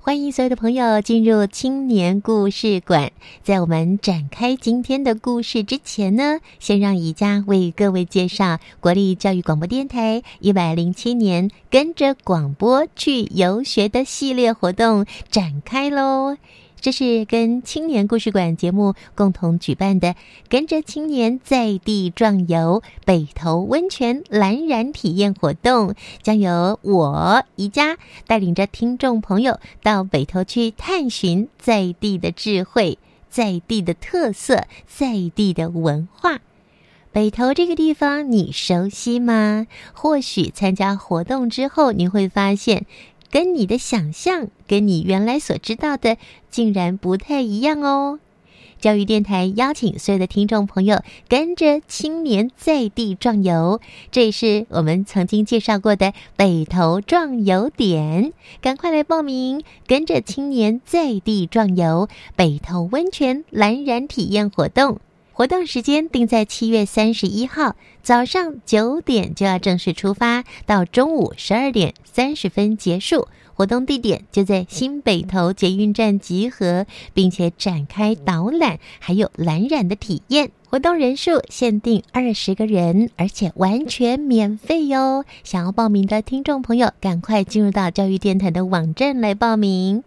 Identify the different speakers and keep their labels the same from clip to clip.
Speaker 1: 欢迎所有的朋友进入青年故事馆。在我们展开今天的故事之前呢，先让宜家为各位介绍国立教育广播电台一百零七年跟着广播去游学的系列活动展开喽。这是跟青年故事馆节目共同举办的“跟着青年在地壮游北投温泉蓝染体验”活动，将由我宜家带领着听众朋友到北投去探寻在地的智慧、在地的特色、在地的文化。北投这个地方你熟悉吗？或许参加活动之后，你会发现，跟你的想象、跟你原来所知道的，竟然不太一样哦。教育电台邀请所有的听众朋友跟着青年在地壮游，这也是我们曾经介绍过的北投壮游点，赶快来报名，跟着青年在地壮游北投温泉蓝染体验活动。活动时间定在七月三十一号早上九点就要正式出发，到中午十二点三十分结束。活动地点就在新北投捷运站集合，并且展开导览，还有蓝染的体验。活动人数限定二十个人，而且完全免费哟！想要报名的听众朋友，赶快进入到教育电台的网站来报名。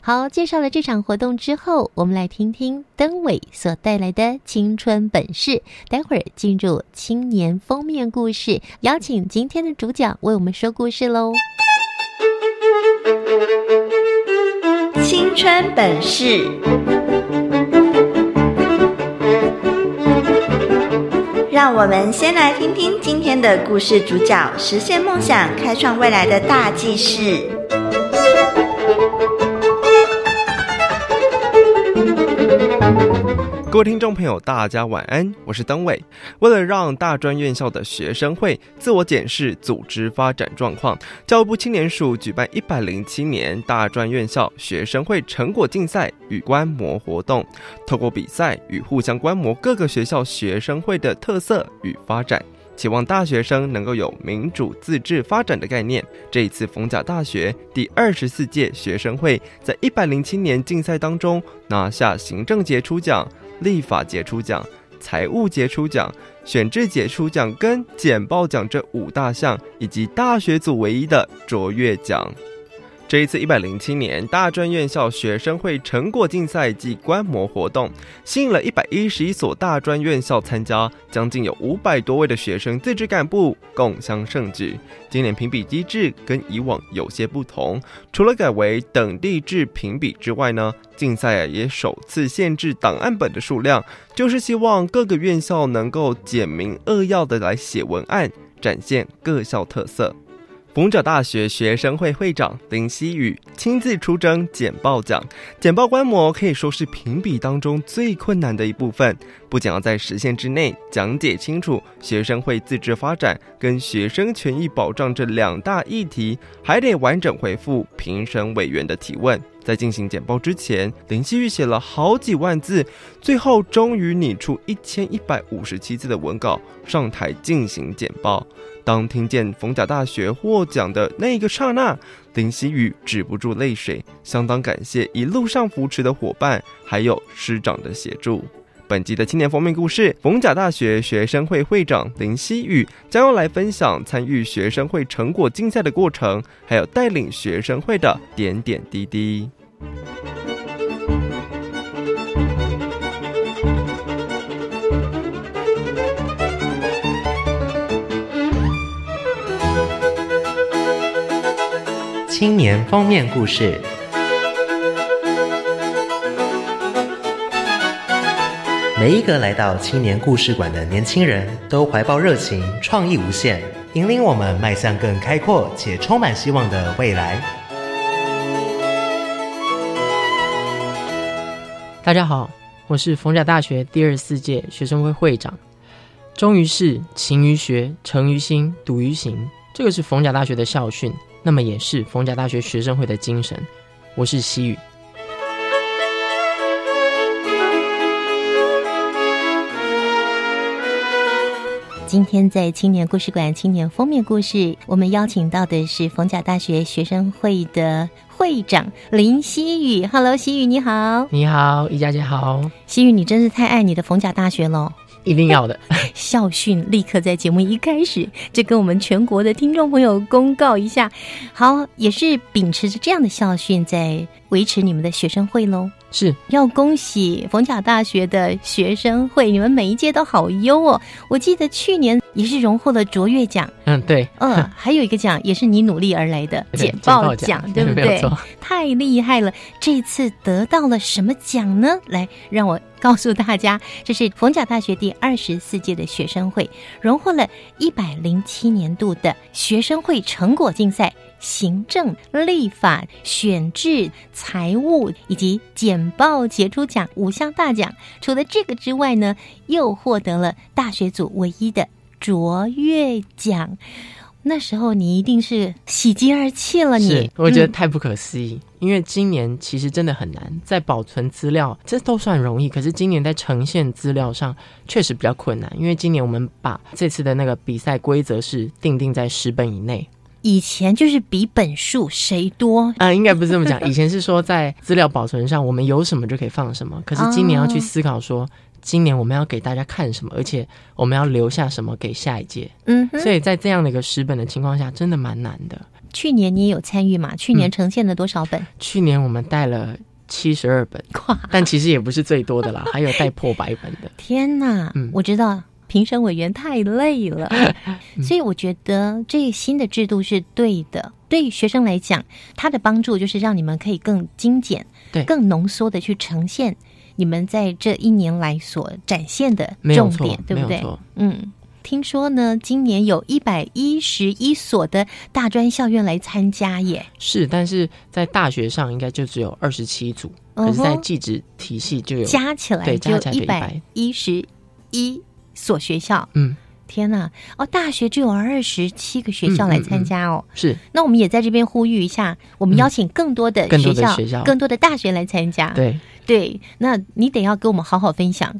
Speaker 1: 好，介绍了这场活动之后，我们来听听灯伟所带来的青春本事。待会儿进入青年封面故事，邀请今天的主角为我们说故事喽。
Speaker 2: 青春本事，
Speaker 3: 让我们先来听听今天的故事主角实现梦想、开创未来的大记事。
Speaker 4: 各位听众朋友，大家晚安，我是登伟。为了让大专院校的学生会自我检视组织发展状况，教育部青年署举办一百零七年大专院校学生会成果竞赛与观摩活动，透过比赛与互相观摩各个学校学生会的特色与发展。期望大学生能够有民主自治发展的概念。这一次，逢甲大学第二十四届学生会在一百零七年竞赛当中拿下行政杰出奖、立法杰出奖、财务杰出奖、选制杰出奖跟简报奖这五大项，以及大学组唯一的卓越奖。这一次一百零七年大专院校学生会成果竞赛暨观摩活动，吸引了一百一十一所大专院校参加，将近有五百多位的学生自治干部共襄盛举。今年评比机制跟以往有些不同，除了改为等地制评比之外呢，竞赛也首次限制档案本的数量，就是希望各个院校能够简明扼要的来写文案，展现各校特色。逢甲大学学生会会长林希宇亲自出征简报奖，简报观摩可以说是评比当中最困难的一部分，不仅要在时限之内讲解清楚学生会自治发展跟学生权益保障这两大议题，还得完整回复评审委员的提问。在进行简报之前，林希宇写了好几万字，最后终于拟出一千一百五十七字的文稿上台进行简报。当听见逢甲大学获奖的那一个刹那，林希宇止不住泪水，相当感谢一路上扶持的伙伴，还有师长的协助。本集的青年封面故事，逢甲大学学生会会长林希宇将要来分享参与学生会成果竞赛的过程，还有带领学生会的点点滴滴。
Speaker 5: 青年封面故事。每一个来到青年故事馆的年轻人都怀抱热情，创意无限，引领我们迈向更开阔且充满希望的未来。
Speaker 6: 大家好，我是逢甲大学第二十四届学生会会长。忠于事，勤于学，诚于心，笃于行，这个是逢甲大学的校训，那么也是逢甲大学学生会的精神。我是西宇。
Speaker 1: 今天在青年故事馆青年封面故事，我们邀请到的是逢甲大学学生会的会长林希宇。Hello，希宇你好，
Speaker 6: 你好，宜家姐好，
Speaker 1: 希宇你真是太爱你的逢甲大学喽！
Speaker 6: 一定要的。
Speaker 1: 校训立刻在节目一开始，这跟我们全国的听众朋友公告一下。好，也是秉持着这样的校训在维持你们的学生会喽。
Speaker 6: 是
Speaker 1: 要恭喜逢甲大学的学生会，你们每一届都好优哦！我记得去年也是荣获了卓越奖，
Speaker 6: 嗯，对，
Speaker 1: 嗯，还有一个奖也是你努力而来的
Speaker 6: 对
Speaker 1: 简
Speaker 6: 简报
Speaker 1: 报
Speaker 6: 奖
Speaker 1: 奖，对不
Speaker 6: 没
Speaker 1: 对
Speaker 6: 有错？
Speaker 1: 太厉害了！这次得到了什么奖呢？来，让我告诉大家，这是逢甲大学第二十四届的学生会荣获了一百零七年度的学生会成果竞赛。行政、立法、选制、财务以及简报杰出奖五项大奖。除了这个之外呢，又获得了大学组唯一的卓越奖。那时候你一定是喜极而泣了 你，
Speaker 6: 是，我觉得
Speaker 1: 嗯
Speaker 6: 太不可思议。因为今年其实真的很难，在保存资料这都算容易，可是今年在呈现资料上确实比较困难。因为今年我们把这次的那个比赛规则是定定在十本以 内，
Speaker 1: 以前就是比本数谁多，
Speaker 6: 啊、应该不是这么讲。以前是说在资料保存上，我们有什么就可以放什么，可是今年要去思考说，今年我们要给大家看什么，而且我们要留下什么给下一届。
Speaker 1: 嗯哼。
Speaker 6: 所以在这样的一个十本的情况下，真的蛮难的。
Speaker 1: 去年你也有参与嘛？去年呈现了多少本？
Speaker 6: 去年我们带了七十二本，
Speaker 1: 哇，
Speaker 6: 但其实也不是最多的 啦，还有带破百本的。
Speaker 1: 天哪！
Speaker 6: 嗯
Speaker 1: 我知道评审委员太累 了，嗯所以我觉得这个新的制度是对的。对于学生来讲，它的帮助就是让你们可以更精简、
Speaker 6: 对
Speaker 1: 更浓缩的去呈现你们在这一年来所展现的
Speaker 6: 没有
Speaker 1: 重
Speaker 6: 错
Speaker 1: 点，对不
Speaker 6: 没有
Speaker 1: 对？
Speaker 6: 错
Speaker 1: 嗯，听说呢，今年有一百一十一所的大专校院来参加耶。
Speaker 6: 是，但是在大学上应该就只有二十七组，
Speaker 1: 嗯
Speaker 6: 可是，在
Speaker 1: 哼
Speaker 6: 技职体系就有
Speaker 1: 加起来
Speaker 6: 对
Speaker 1: 就
Speaker 6: 加起来
Speaker 1: 一
Speaker 6: 就
Speaker 1: 百一十一所学校。
Speaker 6: 嗯，
Speaker 1: 天呐！哦，大学只有二十七个学
Speaker 6: 嗯
Speaker 1: 校来参加哦。
Speaker 6: 是嗯
Speaker 1: 那我们也在这边呼吁一下，我们邀请更多的
Speaker 6: 更
Speaker 1: 学
Speaker 6: 多的
Speaker 1: 校、
Speaker 6: 学校
Speaker 1: 更多的大学来参加。
Speaker 6: 对。
Speaker 1: 对，那你得要给我们好好 分享，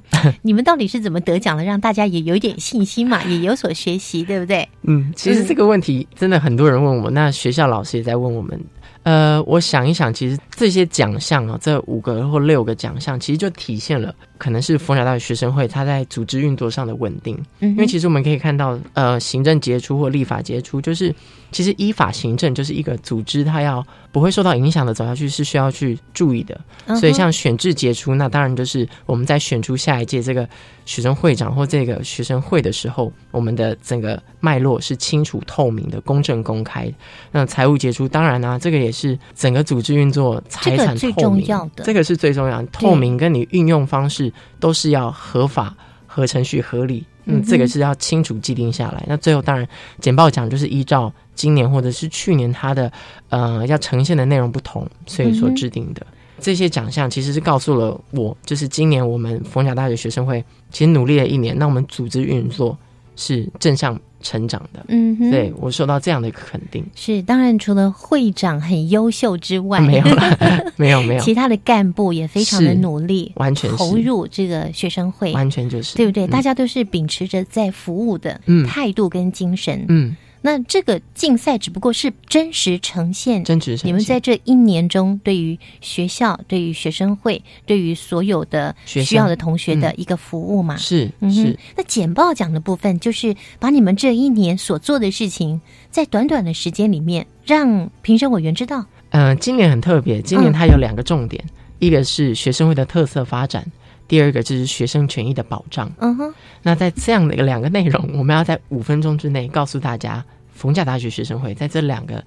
Speaker 1: 你们到底是怎么得奖的，让大家也有一点信心嘛，也有所学习，对不对？
Speaker 6: 嗯，其实这个问题真的很多人问我，那学校老师也在问我们。呃，我想一想，其实这些奖项啊，这五个或六个奖项，其实就体现了可能是逢甲大学学生会它在组织运作上的稳定。
Speaker 1: 嗯哼，
Speaker 6: 因为其实我们可以看到，呃，行政杰出或立法杰出，就是其实依法行政就是一个组织，它要不会受到影响的走下去是需要去注意的。
Speaker 1: 嗯哼
Speaker 6: 所以像选制杰出，那当然就是我们在选出下一届这个学生会长或这个学生会的时候，我们的整个脉络是清楚、透明的、公正、公开的。那财务杰出，当然啊，这个也是整个组织运作财产
Speaker 1: 这个最
Speaker 6: 透明
Speaker 1: 重要的
Speaker 6: 这个是最重要的。透明跟你运用方式都是要合法、合程序、合理。
Speaker 1: 嗯
Speaker 6: 嗯，
Speaker 1: 哼
Speaker 6: 这个是要清楚既定下来。那最后当然，简报奖就是依照今年或者是去年它的呃要呈现的内容不同，所以所
Speaker 1: 嗯哼
Speaker 6: 制定的。这些奖项其实是告诉了我，就是今年我们逢甲大学学生会其实努力了一年，那我们组织运作是正向成长的。
Speaker 1: 嗯哼，
Speaker 6: 对我受到这样的一个肯定，
Speaker 1: 是当然，除了会长很优秀之外，
Speaker 6: 没有 啦，没有没有，
Speaker 1: 其他的干部也非常的
Speaker 6: 是
Speaker 1: 努力，
Speaker 6: 完全是
Speaker 1: 投入这个学生会，
Speaker 6: 完全就是
Speaker 1: 对不对？
Speaker 6: 嗯
Speaker 1: 大家都是秉持着在服务的
Speaker 6: 嗯
Speaker 1: 态度跟精神。
Speaker 6: 嗯
Speaker 1: 那这个竞赛只不过是真实呈现
Speaker 6: 真实呈现
Speaker 1: 你们在这一年中对于学校、对于学生会、对于所有的
Speaker 6: 学生嗯
Speaker 1: 需要的同学的一个服务嘛？
Speaker 6: 是
Speaker 1: 嗯哼
Speaker 6: 是，
Speaker 1: 那简报奖的部分就是把你们这一年所做的事情，在短短的时间里面让评审委员知道。
Speaker 6: 嗯、今年很特别，今年它有两个重点，一个是学生会的特色发展，第二个就是学生权益的保障。
Speaker 1: 嗯哼，
Speaker 6: 那在这样的一个两个内容，我们要在五分钟之内告诉大家，逢甲大学学生会在这两个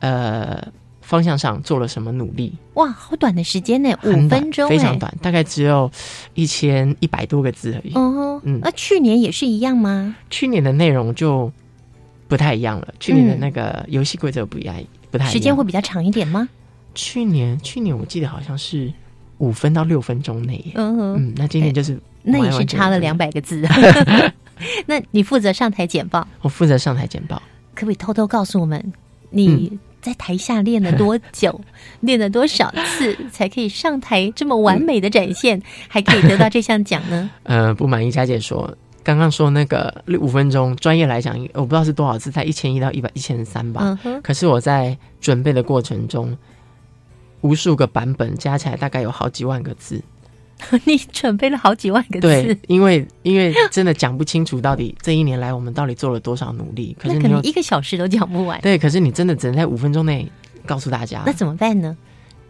Speaker 6: 呃方向上做了什么努力。
Speaker 1: 哇，好短的时间呢，
Speaker 6: 很
Speaker 1: 五
Speaker 6: 短
Speaker 1: 分钟，哎
Speaker 6: 非常。短，大概只有一千一百多个字而已。
Speaker 1: 嗯哼，
Speaker 6: 嗯
Speaker 1: 那去年也是一样吗？
Speaker 6: 去年的内容就不太一样了，去年的那个游戏规则不一样，不太一样。
Speaker 1: 嗯时间会比较长一点吗？
Speaker 6: 去年去年我记得好像是五分到六分钟内耶。
Speaker 1: 嗯哼，
Speaker 6: 嗯，那今年就是
Speaker 1: 那也
Speaker 6: 完
Speaker 1: 是
Speaker 6: 完整
Speaker 1: 差了
Speaker 6: 整
Speaker 1: 两。百个 字。那你负责上台简报，
Speaker 6: 我负责上台简报，
Speaker 1: 可不可以偷偷告诉我们，你在台下练了多久，
Speaker 6: 嗯
Speaker 1: 练了多少次，才可以上台这么完美的展现，还可以得到这项奖呢？
Speaker 6: 嗯 呃，不满意佳姐说。刚刚说那个六五分钟，专业来讲，我不知道是多少次，在一千一到一百一千三吧。
Speaker 1: 嗯哼，
Speaker 6: 可是我在准备的过程中，无数个版本加起来大概有好几万个字。
Speaker 1: 你准备了好几万个字
Speaker 6: 对，，因为因为真的讲不清楚到底这一年来我们到底做了多少努力。可
Speaker 1: 那
Speaker 6: 是
Speaker 1: 可
Speaker 6: 你
Speaker 1: 能
Speaker 6: 又
Speaker 1: 一个小时都讲不完，
Speaker 6: 对，可是你真的只能在五分钟内告诉大家
Speaker 1: 那。怎么办呢？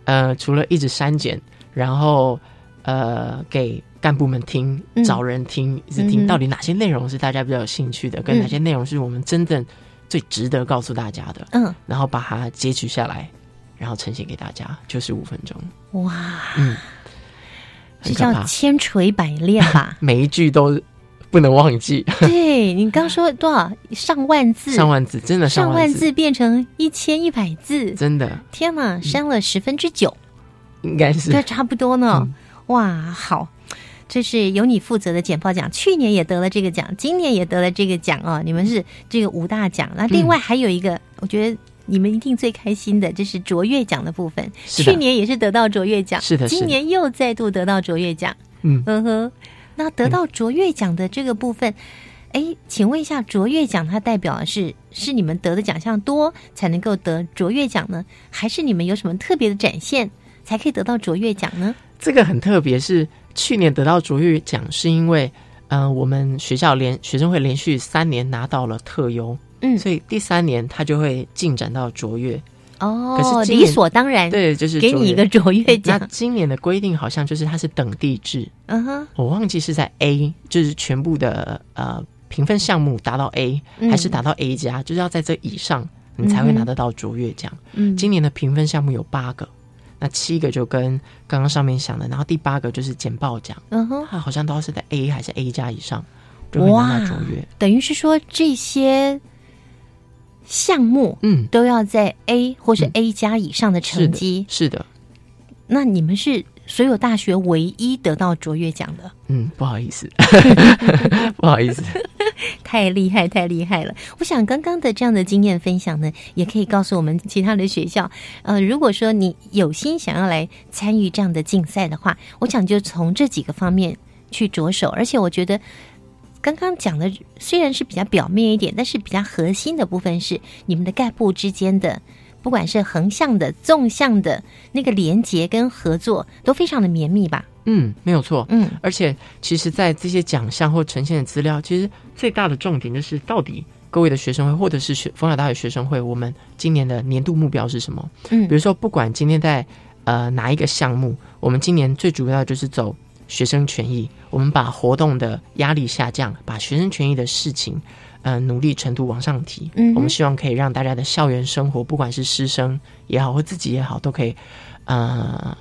Speaker 6: 呃，除了一直删减，然后呃给干部们听
Speaker 1: 嗯，
Speaker 6: 找人听，一直
Speaker 1: 嗯哼
Speaker 6: 听到底哪些内容是大家比较有兴趣的，跟
Speaker 1: 嗯
Speaker 6: 哪些内容是我们真正最值得告诉大家的，
Speaker 1: 嗯，
Speaker 6: 然后把它截取下来，然后呈现给大家，就是五分钟。
Speaker 1: 哇，
Speaker 6: 嗯，
Speaker 1: 这
Speaker 6: 很可
Speaker 1: 叫
Speaker 6: 怕，？
Speaker 1: 千锤百炼吧
Speaker 6: 每一句都不能忘记，
Speaker 1: 对你刚说多少上万字，
Speaker 6: 上万字，真的
Speaker 1: 上
Speaker 6: 万
Speaker 1: 万字变成一千一百字，
Speaker 6: 真 的
Speaker 1: 天哪，删了十分之九，
Speaker 6: 应该是
Speaker 1: 对，差不多呢。哇，好，这是由你负责的简报奖，去年也得了这个奖，今年也得了这个奖哦。你们是这个五大奖，那另外还有一个，我觉得。你们一定最开心的，就是卓越奖的部分。
Speaker 6: 是的
Speaker 1: 去年也是得到卓越奖，
Speaker 6: 是的是的
Speaker 1: 今年又再度得到卓越奖。
Speaker 6: 嗯
Speaker 1: 嗯哼，那得到卓越奖的这个部分，哎、请问一下，卓越奖它代表的是是你们得的奖项多才能够得卓越奖呢，还是你们有什么特别的展现才可以得到卓越奖呢？
Speaker 6: 这个很特别，是去年得到卓越奖，是因为呃，我们学校连学生会连续三年拿到了特优，
Speaker 1: 嗯，
Speaker 6: 所以第三年他就会进展到卓越。
Speaker 1: 哦
Speaker 6: 可，是今
Speaker 1: 理
Speaker 6: 年
Speaker 1: 所当然，
Speaker 6: 对，就是
Speaker 1: 给你一个
Speaker 6: 卓
Speaker 1: 卓越
Speaker 6: 越嗯
Speaker 1: 奖
Speaker 6: 那。今年的规定好像就是它是等地制，
Speaker 1: 嗯哼，
Speaker 6: 我忘记是在 A，就是全部的呃评分项目达到 A，、
Speaker 1: 嗯
Speaker 6: 还是达到 A 加，就是要在这以上你才会
Speaker 1: 嗯哼
Speaker 6: 拿得到卓越奖。
Speaker 1: 嗯，
Speaker 6: 今年的评分项目有八个，那七个就跟刚刚上面想的，然后第八个就是简报奖。
Speaker 1: 嗯哼，
Speaker 6: 它好像都是在 A 还是 A 加以上，就会拿到卓越。
Speaker 1: 等于是说这些项目
Speaker 6: 嗯，
Speaker 1: 都要在 A 或是
Speaker 6: 嗯
Speaker 1: A 加以上的
Speaker 6: 是
Speaker 1: 成绩
Speaker 6: 的，。是的，
Speaker 1: 那你们是所有大学唯一得到卓越奖的，
Speaker 6: 嗯，不好意思， 不好意思，
Speaker 1: 太厉害，太厉害了！我想刚刚的这样的经验分享呢，也可以告诉我们其他的学校，呃，如果说你有心想要来参与这样的竞赛的话，我想就从这几个方面去着手，而且我觉得。刚刚讲的虽然是比较表面一点，但是比较核心的部分是你们的干部之间的，不管是横向的、纵向的那个连接跟合作，都非常的绵密吧？
Speaker 6: 嗯，没有错。
Speaker 1: 嗯，
Speaker 6: 而且，其实，在这些奖项或呈现的资料，其实最大的重点就是，到底各位的学生会或者是学冯小大学学生会，我们今年的年度目标是什么？
Speaker 1: 嗯
Speaker 6: 比如说，不管今天在呃哪一个项目，我们今年最主要就是走学生权益，我们把活动的压力下降，把学生权益的事情，呃，努力程度往上提。
Speaker 1: 嗯哼
Speaker 6: 我们希望可以让大家的校园生活，不管是师生也好，或自己也好，都可以，呃，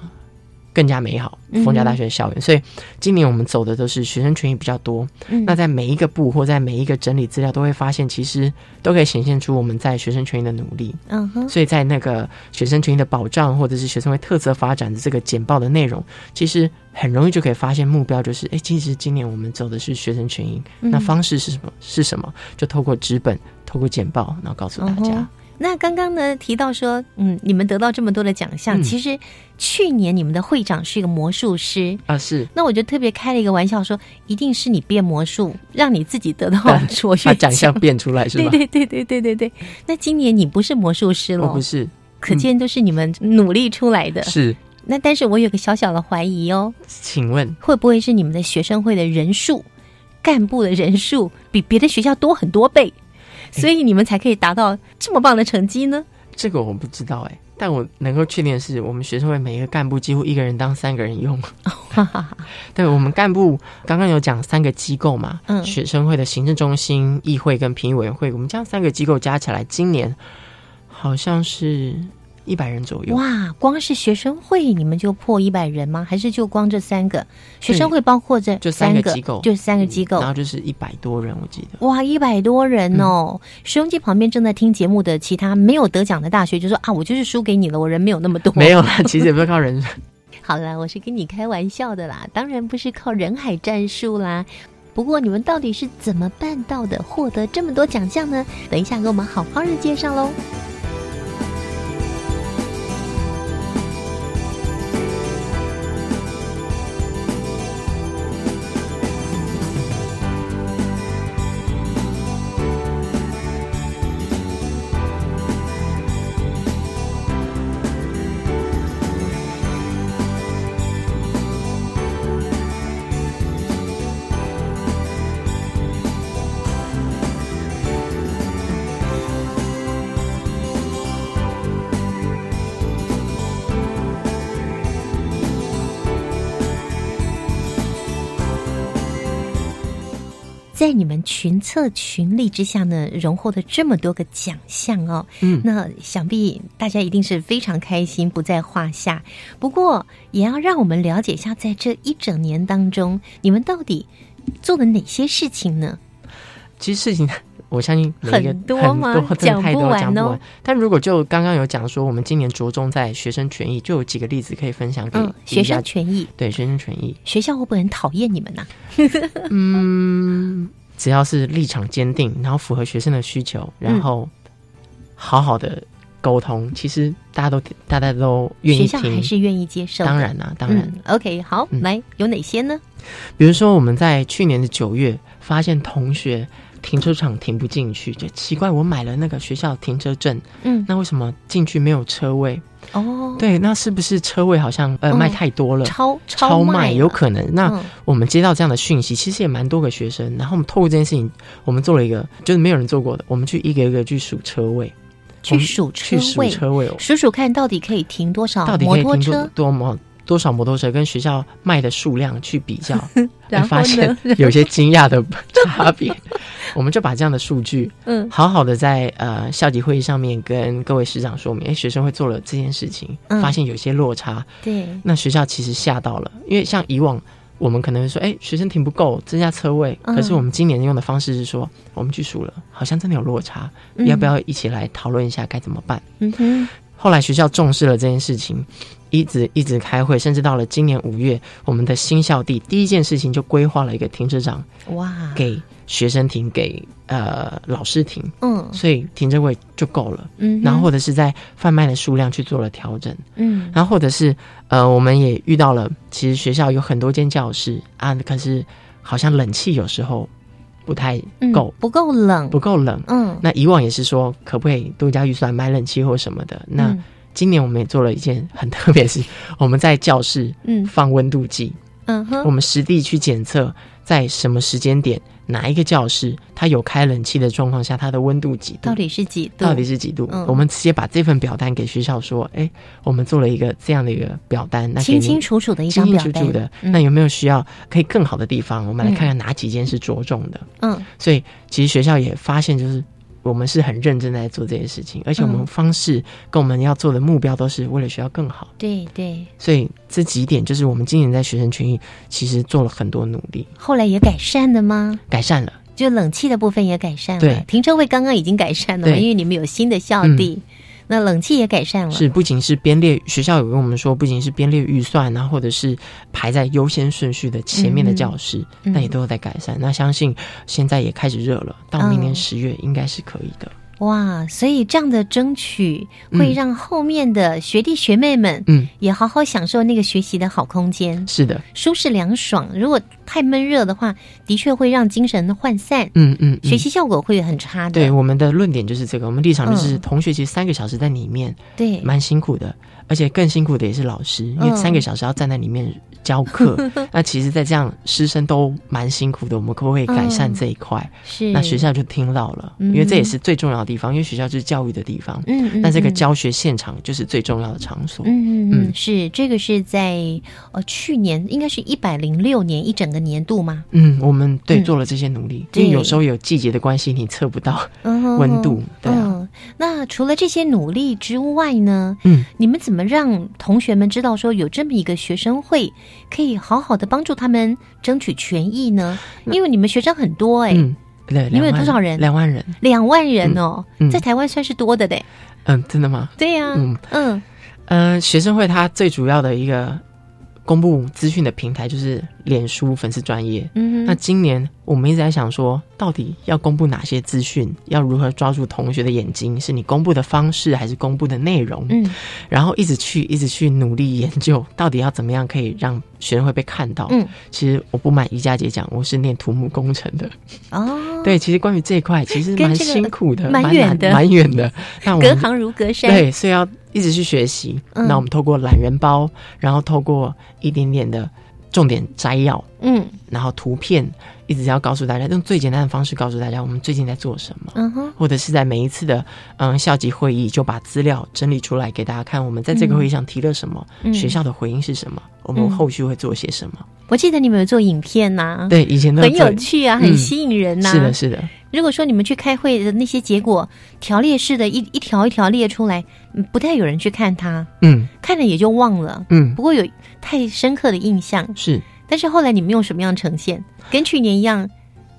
Speaker 6: 更加美好。
Speaker 1: 嗯
Speaker 6: 冯家大学的校园，所以今年我们走的都是学生权益比较多。
Speaker 1: 嗯
Speaker 6: 那在每一个部或在每一个整理资料，都会发现其实都可以显现出我们在学生权益的努力。
Speaker 1: 嗯哼，
Speaker 6: 所以在那个学生权益的保障，或者是学生会特色发展的这个简报的内容，其实很容易就可以发现目标就是，哎，其实今年我们走的是学生
Speaker 1: 嗯
Speaker 6: 权益，那方式是什么？是什么？就透过纸本，透过简报，然后告诉大
Speaker 1: 嗯
Speaker 6: 家
Speaker 1: 哼。那刚刚呢提到说，嗯，你们得到这么多的奖项，
Speaker 6: 嗯
Speaker 1: 其实去年你们的会长是一个魔术师，
Speaker 6: 啊，是
Speaker 1: 那我就特别开了一个玩笑说，一定是你变魔术，让你自己 得到卓
Speaker 6: 把
Speaker 1: 越
Speaker 6: 奖项。变出来是
Speaker 1: 对
Speaker 6: 吧？
Speaker 1: 对对对对对对。那今年你不是魔术师
Speaker 6: 我
Speaker 1: 了
Speaker 6: 哦不，是，
Speaker 1: 可见都是你们努力出来的。
Speaker 6: 嗯是，
Speaker 1: 那但是我有个小小的怀疑哦，
Speaker 6: 请问
Speaker 1: 会不会是你们的学生会的人数、干部的人数比别的学校多很多倍，所以你们才可以达到这么棒的成绩呢？
Speaker 6: 这个我不知道哎、但我能够确定的是，我们学生会每一个干部几乎一个人当三个人 用。
Speaker 1: 哈哈哈！
Speaker 6: 对我们干部刚刚有讲三个机构嘛，
Speaker 1: 嗯
Speaker 6: 学生会的行政中心、议会跟评议委员会，我们这样三个机构加起来，今年好像是一百人左右。
Speaker 1: 哇，光是学生会你们就破一百人吗？还是就光这三个学生会包括这
Speaker 6: 就
Speaker 1: 三
Speaker 6: 三个机构
Speaker 1: 就三个机构
Speaker 6: 然。后就是一百多人，我记得。
Speaker 1: 哇，一百多人
Speaker 6: 嗯
Speaker 1: 哦！收音机旁边正在听节目的其他没有得奖的大学就说啊，我就是输给你了，我人没有那么多。
Speaker 6: 没有啦，其实也不是靠人，
Speaker 1: 好啦，我是跟你开玩笑的啦，当然不是靠人海战术啦。不过你们到底是怎么办到的，获得这么多奖项呢？等一下给我们好好的介绍喽。在你们群策群力之下呢，荣获的这么多个奖项哦，
Speaker 6: 嗯
Speaker 1: 那想必大家一定是非常开心，不在话下。不过，也要让我们了解一下，在这一整年当中，你们到底做了哪些事情呢？
Speaker 6: 其实事情我相信每一个
Speaker 1: 很多
Speaker 6: 很
Speaker 1: 吗
Speaker 6: 多真的太
Speaker 1: 讲
Speaker 6: 多
Speaker 1: 不完
Speaker 6: 讲不
Speaker 1: 哦
Speaker 6: 完。但如果就刚刚有讲说，我们今年着重在学生权益，就有几个例子可以分享给
Speaker 1: 嗯，学
Speaker 6: 一下
Speaker 1: 生权益，
Speaker 6: 对学生权益，
Speaker 1: 学校会不会很讨厌你们呐、啊
Speaker 6: 嗯，只要是立场坚定，然后符合学生的需求，然后好好的沟通，其实大家都大家都愿
Speaker 1: 学
Speaker 6: 意
Speaker 1: 校还
Speaker 6: 听。
Speaker 1: 是愿意接受的？
Speaker 6: 当然啦、当然。
Speaker 1: 嗯、OK，好，
Speaker 6: 嗯
Speaker 1: 来有哪些呢？
Speaker 6: 比如说，我们在去年的九月发现同学停车场停不进去，就奇怪，我买了那个学校停车证，
Speaker 1: 嗯，
Speaker 6: 那为什么进去没有车位？
Speaker 1: 哦，，
Speaker 6: 对，那是不是车位好像呃
Speaker 1: 嗯
Speaker 6: 卖太多了？
Speaker 1: 超
Speaker 6: 超卖
Speaker 1: 卖
Speaker 6: 有
Speaker 1: 了
Speaker 6: 可能，那
Speaker 1: 嗯
Speaker 6: 我们接到这样的讯息，其实也蛮多个学生。然后我们透过这件事情，我们做了一个就是没有人做过的，我们去一个一个去数车位，我
Speaker 1: 去
Speaker 6: 们
Speaker 1: 数车
Speaker 6: 去数
Speaker 1: 位，
Speaker 6: 车位哦，
Speaker 1: 数数看到底可以停多少
Speaker 6: 到底
Speaker 1: 摩
Speaker 6: 可以
Speaker 1: 托
Speaker 6: 停多
Speaker 1: 车，
Speaker 6: 多么多少摩托车跟学校卖的数量去比较，
Speaker 1: 然
Speaker 6: 哎
Speaker 1: 后
Speaker 6: 发现
Speaker 1: 呢？
Speaker 6: 有些惊讶的 差别。我们就把这样的数据
Speaker 1: 嗯
Speaker 6: 好好的在呃校级会议上面跟各位师长说明，哎，学生会做了这件事情，
Speaker 1: 嗯
Speaker 6: 发现有些落差，
Speaker 1: 对，
Speaker 6: 那学校其实吓到了，因为像以往我们可能会说，哎、学生停不够，增加车位。
Speaker 1: 嗯
Speaker 6: 可是我们今年用的方式是说，我们去数了，好像真的有落差，
Speaker 1: 嗯
Speaker 6: 要不要一起来讨论一下该怎么办？
Speaker 1: 嗯哼，
Speaker 6: 后来学校重视了这件事情，一直一直开会，甚至到了今年五月，我们的新校地第一件事情就规划了一个停车场
Speaker 1: 哇，
Speaker 6: 给学生停，给呃老师停，
Speaker 1: 嗯
Speaker 6: 所以停车位就够了。
Speaker 1: 嗯哼，
Speaker 6: 然后或者是在贩卖的数量去做了调整。
Speaker 1: 嗯
Speaker 6: 然后或者是呃，我们也遇到了，其实学校有很多间教室啊，可是好像冷气有时候不太
Speaker 1: 嗯
Speaker 6: 够，
Speaker 1: 不够冷，
Speaker 6: 不够冷。
Speaker 1: 嗯，
Speaker 6: 那以往也是说，可不可以多加预算买冷气或什么的？那
Speaker 1: 嗯
Speaker 6: 今年我们也做了一件很特别的事，我们在教室
Speaker 1: 嗯
Speaker 6: 放温度计，
Speaker 1: 嗯
Speaker 6: 我
Speaker 1: 哼，
Speaker 6: 们实地去检测，在什么时间点哪一个教室它有开冷气的状况下，它的温度几度
Speaker 1: 到？底是几度？
Speaker 6: 到底是几度？
Speaker 1: 嗯
Speaker 6: 我们直接把这份表单给学校说，哎、我们做了一个这样的一个表单，那给
Speaker 1: 清
Speaker 6: 你
Speaker 1: 清楚楚的一
Speaker 6: 清
Speaker 1: 张
Speaker 6: 清
Speaker 1: 表
Speaker 6: 楚
Speaker 1: 单
Speaker 6: 楚的。
Speaker 1: 嗯
Speaker 6: 那有没有需要可以更好的地方？我们来
Speaker 1: 嗯
Speaker 6: 看看哪几件是着重的。
Speaker 1: 嗯
Speaker 6: 所以其实学校也发现，就是我们是很认真在做这件事情，而且我
Speaker 1: 嗯
Speaker 6: 们方式跟我们要做的目标都是为了学校更好。
Speaker 1: 对对，
Speaker 6: 所以这几点就是我们今年在学生权益其实做了很多努力，
Speaker 1: 后来也改善了吗？
Speaker 6: 改善了。
Speaker 1: 就冷气的部分也改善了，
Speaker 6: 对
Speaker 1: 停车位刚刚已经改善了嘛，
Speaker 6: 对嗯
Speaker 1: 因为你们有新的校地，那冷气也改善了，
Speaker 6: 是不仅是编列学校有跟我们说，不仅是编列预算啊，或者是排在优先顺序的前面的教室，
Speaker 1: 嗯嗯
Speaker 6: 那也都有在改善。那相信现在也开始热了，到明
Speaker 1: 嗯
Speaker 6: 年十月应该是可以的。
Speaker 1: 哇，所以这样的争取
Speaker 6: 嗯
Speaker 1: 会让后面的学弟学妹们，
Speaker 6: 嗯，
Speaker 1: 也好好享受那个学习的好空间，
Speaker 6: 是的，
Speaker 1: 舒适凉爽。如果太闷热的话，的确会让精神涣散，
Speaker 6: 嗯嗯，嗯
Speaker 1: 学习效果会很差的。
Speaker 6: 对我们的论点就是这个，我们立场就是
Speaker 1: 嗯
Speaker 6: 同学其实三个小时在里面
Speaker 1: 对
Speaker 6: 蛮辛苦的，而且更辛苦的也是老师，因为
Speaker 1: 嗯
Speaker 6: 三个小时要站在里面教课， 那其实，在这样师生都蛮辛苦的，我们可不可以改善
Speaker 1: 嗯
Speaker 6: 这一块？
Speaker 1: 是
Speaker 6: 那学，校就听到了，因为这也
Speaker 1: 嗯
Speaker 6: 是最重要的地方，因为学校就是教育的地方，
Speaker 1: 嗯嗯，
Speaker 6: 那这个
Speaker 1: 嗯
Speaker 6: 教学现场就是最重要的场所。
Speaker 1: 嗯嗯
Speaker 6: 嗯
Speaker 1: 嗯，是这个是在呃去年应该是一百零六年一整个年度吗？
Speaker 6: 嗯，我们对
Speaker 1: 嗯
Speaker 6: 做了这些努力，因为有
Speaker 1: 对
Speaker 6: 时候有季节的关系，你测不到
Speaker 1: 嗯，
Speaker 6: 温度，对啊，
Speaker 1: 嗯，那除了这些努力之外呢？
Speaker 6: 嗯，
Speaker 1: 你们怎么让同学们知道说有这么一个学生会，可以好好的帮助他们争取权益呢？因为你们学生很多哎、
Speaker 6: 嗯，对，
Speaker 1: 你们有
Speaker 6: 两万
Speaker 1: 多少人
Speaker 6: 两万人，
Speaker 1: 两、万人哦，
Speaker 6: 嗯嗯
Speaker 1: 在台湾算是多的嘞。
Speaker 6: 嗯，真的吗？
Speaker 1: 对呀、
Speaker 6: 嗯，
Speaker 1: 嗯
Speaker 6: 呃，学生会它最主要的一个公布资讯的平台就是脸书粉丝专业。
Speaker 1: 嗯
Speaker 6: 那
Speaker 1: 哼
Speaker 6: 今年我们一直在想说，到底要公布哪些资讯，要如何抓住同学的眼睛？是你公布的方式，还是公布的内容？
Speaker 1: 嗯
Speaker 6: 然后一直去，一直去努力研究，到底要怎么样可以让学生会被看到？
Speaker 1: 嗯，
Speaker 6: 其实我不瞒宜家姐讲，我是念土木工程的。
Speaker 1: 哦，
Speaker 6: 对，其实关于这一块，其实
Speaker 1: 跟
Speaker 6: 蛮
Speaker 1: 这个
Speaker 6: 辛苦的，
Speaker 1: 蛮
Speaker 6: 蛮
Speaker 1: 远
Speaker 6: 难
Speaker 1: 的
Speaker 6: 蛮远的。那我
Speaker 1: 隔
Speaker 6: 们
Speaker 1: 行如隔山。
Speaker 6: 对，所以要一直去学习。
Speaker 1: 嗯
Speaker 6: 那我们透过懒人包，然后透过一点点的重点摘要，
Speaker 1: 嗯
Speaker 6: 然后图片，一直要告诉大家，用最简单的方式告诉大家我们最近在做什么。
Speaker 1: 嗯哼
Speaker 6: 或者是在每一次的嗯校级会议，就把资料整理出来给大家看，我们在这个会议上提了什么，
Speaker 1: 嗯
Speaker 6: 学校的回应是什么，我们
Speaker 1: 嗯
Speaker 6: 后续会做些什么。
Speaker 1: 我记得你们有做影片呐、。
Speaker 6: 对，以前都
Speaker 1: 很有
Speaker 6: 做
Speaker 1: 趣啊，
Speaker 6: 嗯
Speaker 1: 很吸引人呐、
Speaker 6: 是的，是的，
Speaker 1: 如果说你们去开会的那些结果条列式的一一条一条列出来，嗯不太有人去看它，
Speaker 6: 嗯
Speaker 1: 看了也就忘了。
Speaker 6: 嗯，
Speaker 1: 不过有太深刻的印象，
Speaker 6: 是。
Speaker 1: 但是后来你们用什么样呈现？跟去年一样，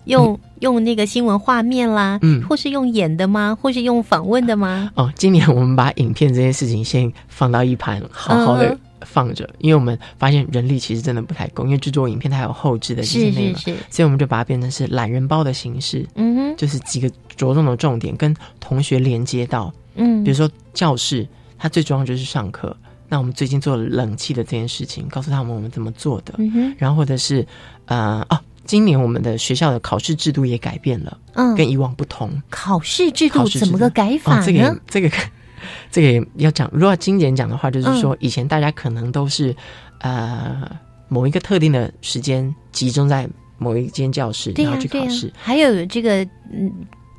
Speaker 1: 用、用那个新闻画面啦，
Speaker 6: 嗯
Speaker 1: 或是用演的吗？或是用访问的吗？
Speaker 6: 哦，今年我们把影片这件事情先放到一旁，好好的
Speaker 1: 嗯
Speaker 6: 放着，因为我们发现人力其实真的不太够，因为制作影片它还有后置的这些
Speaker 1: 是
Speaker 6: 内
Speaker 1: 是
Speaker 6: 容，
Speaker 1: 是，
Speaker 6: 所以我们就把它变成是懒人包的形式，
Speaker 1: 嗯哼，
Speaker 6: 就是几个着重的重点跟同学连接到，
Speaker 1: 嗯，
Speaker 6: 比如说教室，它最重要就是上课。那我们最近做了冷气的这件事情，告诉他们我们怎么做的，
Speaker 1: 嗯哼，
Speaker 6: 然后或者是呃哦，今年我们的学校的考试制度也改变了，
Speaker 1: 嗯，
Speaker 6: 跟以往不同。
Speaker 1: 考试制度
Speaker 6: 考试制
Speaker 1: 怎
Speaker 6: 度
Speaker 1: 么个改法
Speaker 6: 哦
Speaker 1: 呢？，
Speaker 6: 这个也这个 这个也要讲。如果要精简讲的话，就是
Speaker 1: 嗯
Speaker 6: 说以前大家可能都是、呃某一个特定的时间集中在某一间教室，
Speaker 1: 对
Speaker 6: 然
Speaker 1: 呀、
Speaker 6: 后去
Speaker 1: 对呀、
Speaker 6: 考试。
Speaker 1: 还有这个嗯，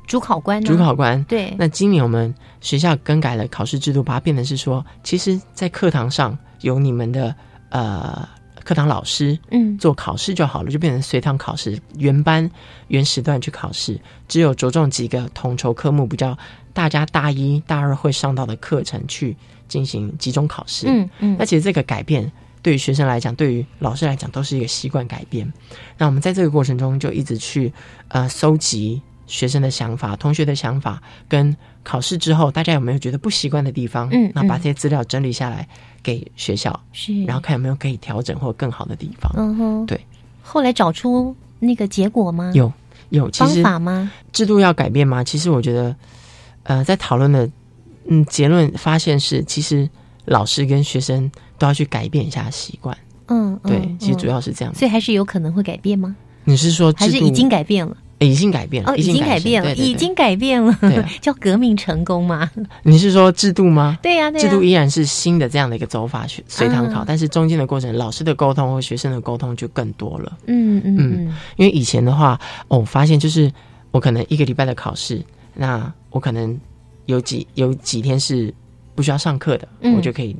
Speaker 1: 主考官呢、
Speaker 6: 主考官。
Speaker 1: 对，
Speaker 6: 那今年我们学校更改了考试制度，把它变成是说，其实，在课堂上有你们的呃课堂老师
Speaker 1: 嗯
Speaker 6: 做考试就好了，就变成随堂考试，原班原时段去考试，只有着重几个统筹科目比较大家大一大二会上到的课程去进行集中考试。，
Speaker 1: 嗯嗯
Speaker 6: 那，其实这个改变对于学生来讲，对于老师来讲都是一个习惯改变。那我们在这个过程中就一直去呃搜集学生的想法、同学的想法，跟考试之后大家有没有觉得不习惯的地方，
Speaker 1: 嗯
Speaker 6: 那把
Speaker 1: 嗯
Speaker 6: 这些资料整理下来给学校，
Speaker 1: 是，
Speaker 6: 然后看有没有可以调整或更好的地方。
Speaker 1: 嗯哼，
Speaker 6: 对。
Speaker 1: 后来找出那个结果吗？
Speaker 6: 有有，其
Speaker 1: 方
Speaker 6: 实
Speaker 1: 法吗？
Speaker 6: 制度要改变吗？其实我觉得，呃，在讨论的嗯结论发现是，其实老师跟学生都要去改变一下习惯。
Speaker 1: 嗯，
Speaker 6: 对，
Speaker 1: 嗯
Speaker 6: 其实主、
Speaker 1: 嗯
Speaker 6: 要是这样。
Speaker 1: 所以还是有可能会改变吗？
Speaker 6: 你是说
Speaker 1: 还
Speaker 6: 制
Speaker 1: 是
Speaker 6: 度
Speaker 1: 已经改变了？
Speaker 6: 呃已经改变了？
Speaker 1: 哦，已经改变了，
Speaker 6: 对对对
Speaker 1: 已经改变了
Speaker 6: 对啊，
Speaker 1: 叫革命成功嘛？
Speaker 6: 你是说制度吗？
Speaker 1: 对呀，对
Speaker 6: 制
Speaker 1: 呀
Speaker 6: 度，依然是新的这样的一个走法，学随堂考，
Speaker 1: 嗯
Speaker 6: 但是中间的过程，老师的沟通或学生的沟通就更多了。
Speaker 1: 嗯嗯嗯，
Speaker 6: 因为以前的话，哦，我发现就是我可能一个礼拜的考试，那我可能有几有几天是不需要上课的，
Speaker 1: 嗯
Speaker 6: 我就可以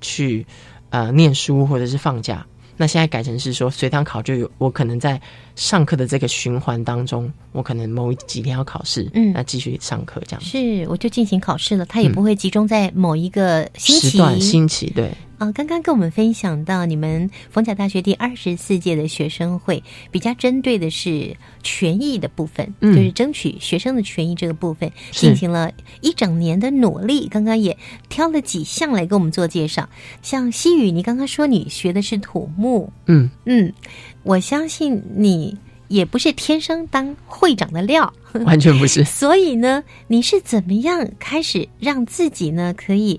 Speaker 6: 去呃念书或者是放假。那现在改成是说随堂考，就有我可能在上课的这个循环当中，我可能某几天要考试，
Speaker 1: 嗯
Speaker 6: 那继续上课这样。
Speaker 1: 是，我就进行考试了，它也
Speaker 6: 嗯
Speaker 1: 不会集中在某一个星
Speaker 6: 时
Speaker 1: 期
Speaker 6: 段新奇，对，
Speaker 1: 啊，刚刚跟我们分享到你们逢甲大学第二十四届的学生会，比较针对的是权益的部分，
Speaker 6: 嗯
Speaker 1: 就是争取学生的权益这个部分，
Speaker 6: 是
Speaker 1: 进行了一整年的努力。刚刚也挑了几项来跟我们做介绍，像西语，你刚刚说你学的是土木，
Speaker 6: 嗯，
Speaker 1: 嗯，我相信你也不是天生当会长的料，
Speaker 6: 完全不 是。
Speaker 1: 所以呢，你是怎么样开始让自己呢可以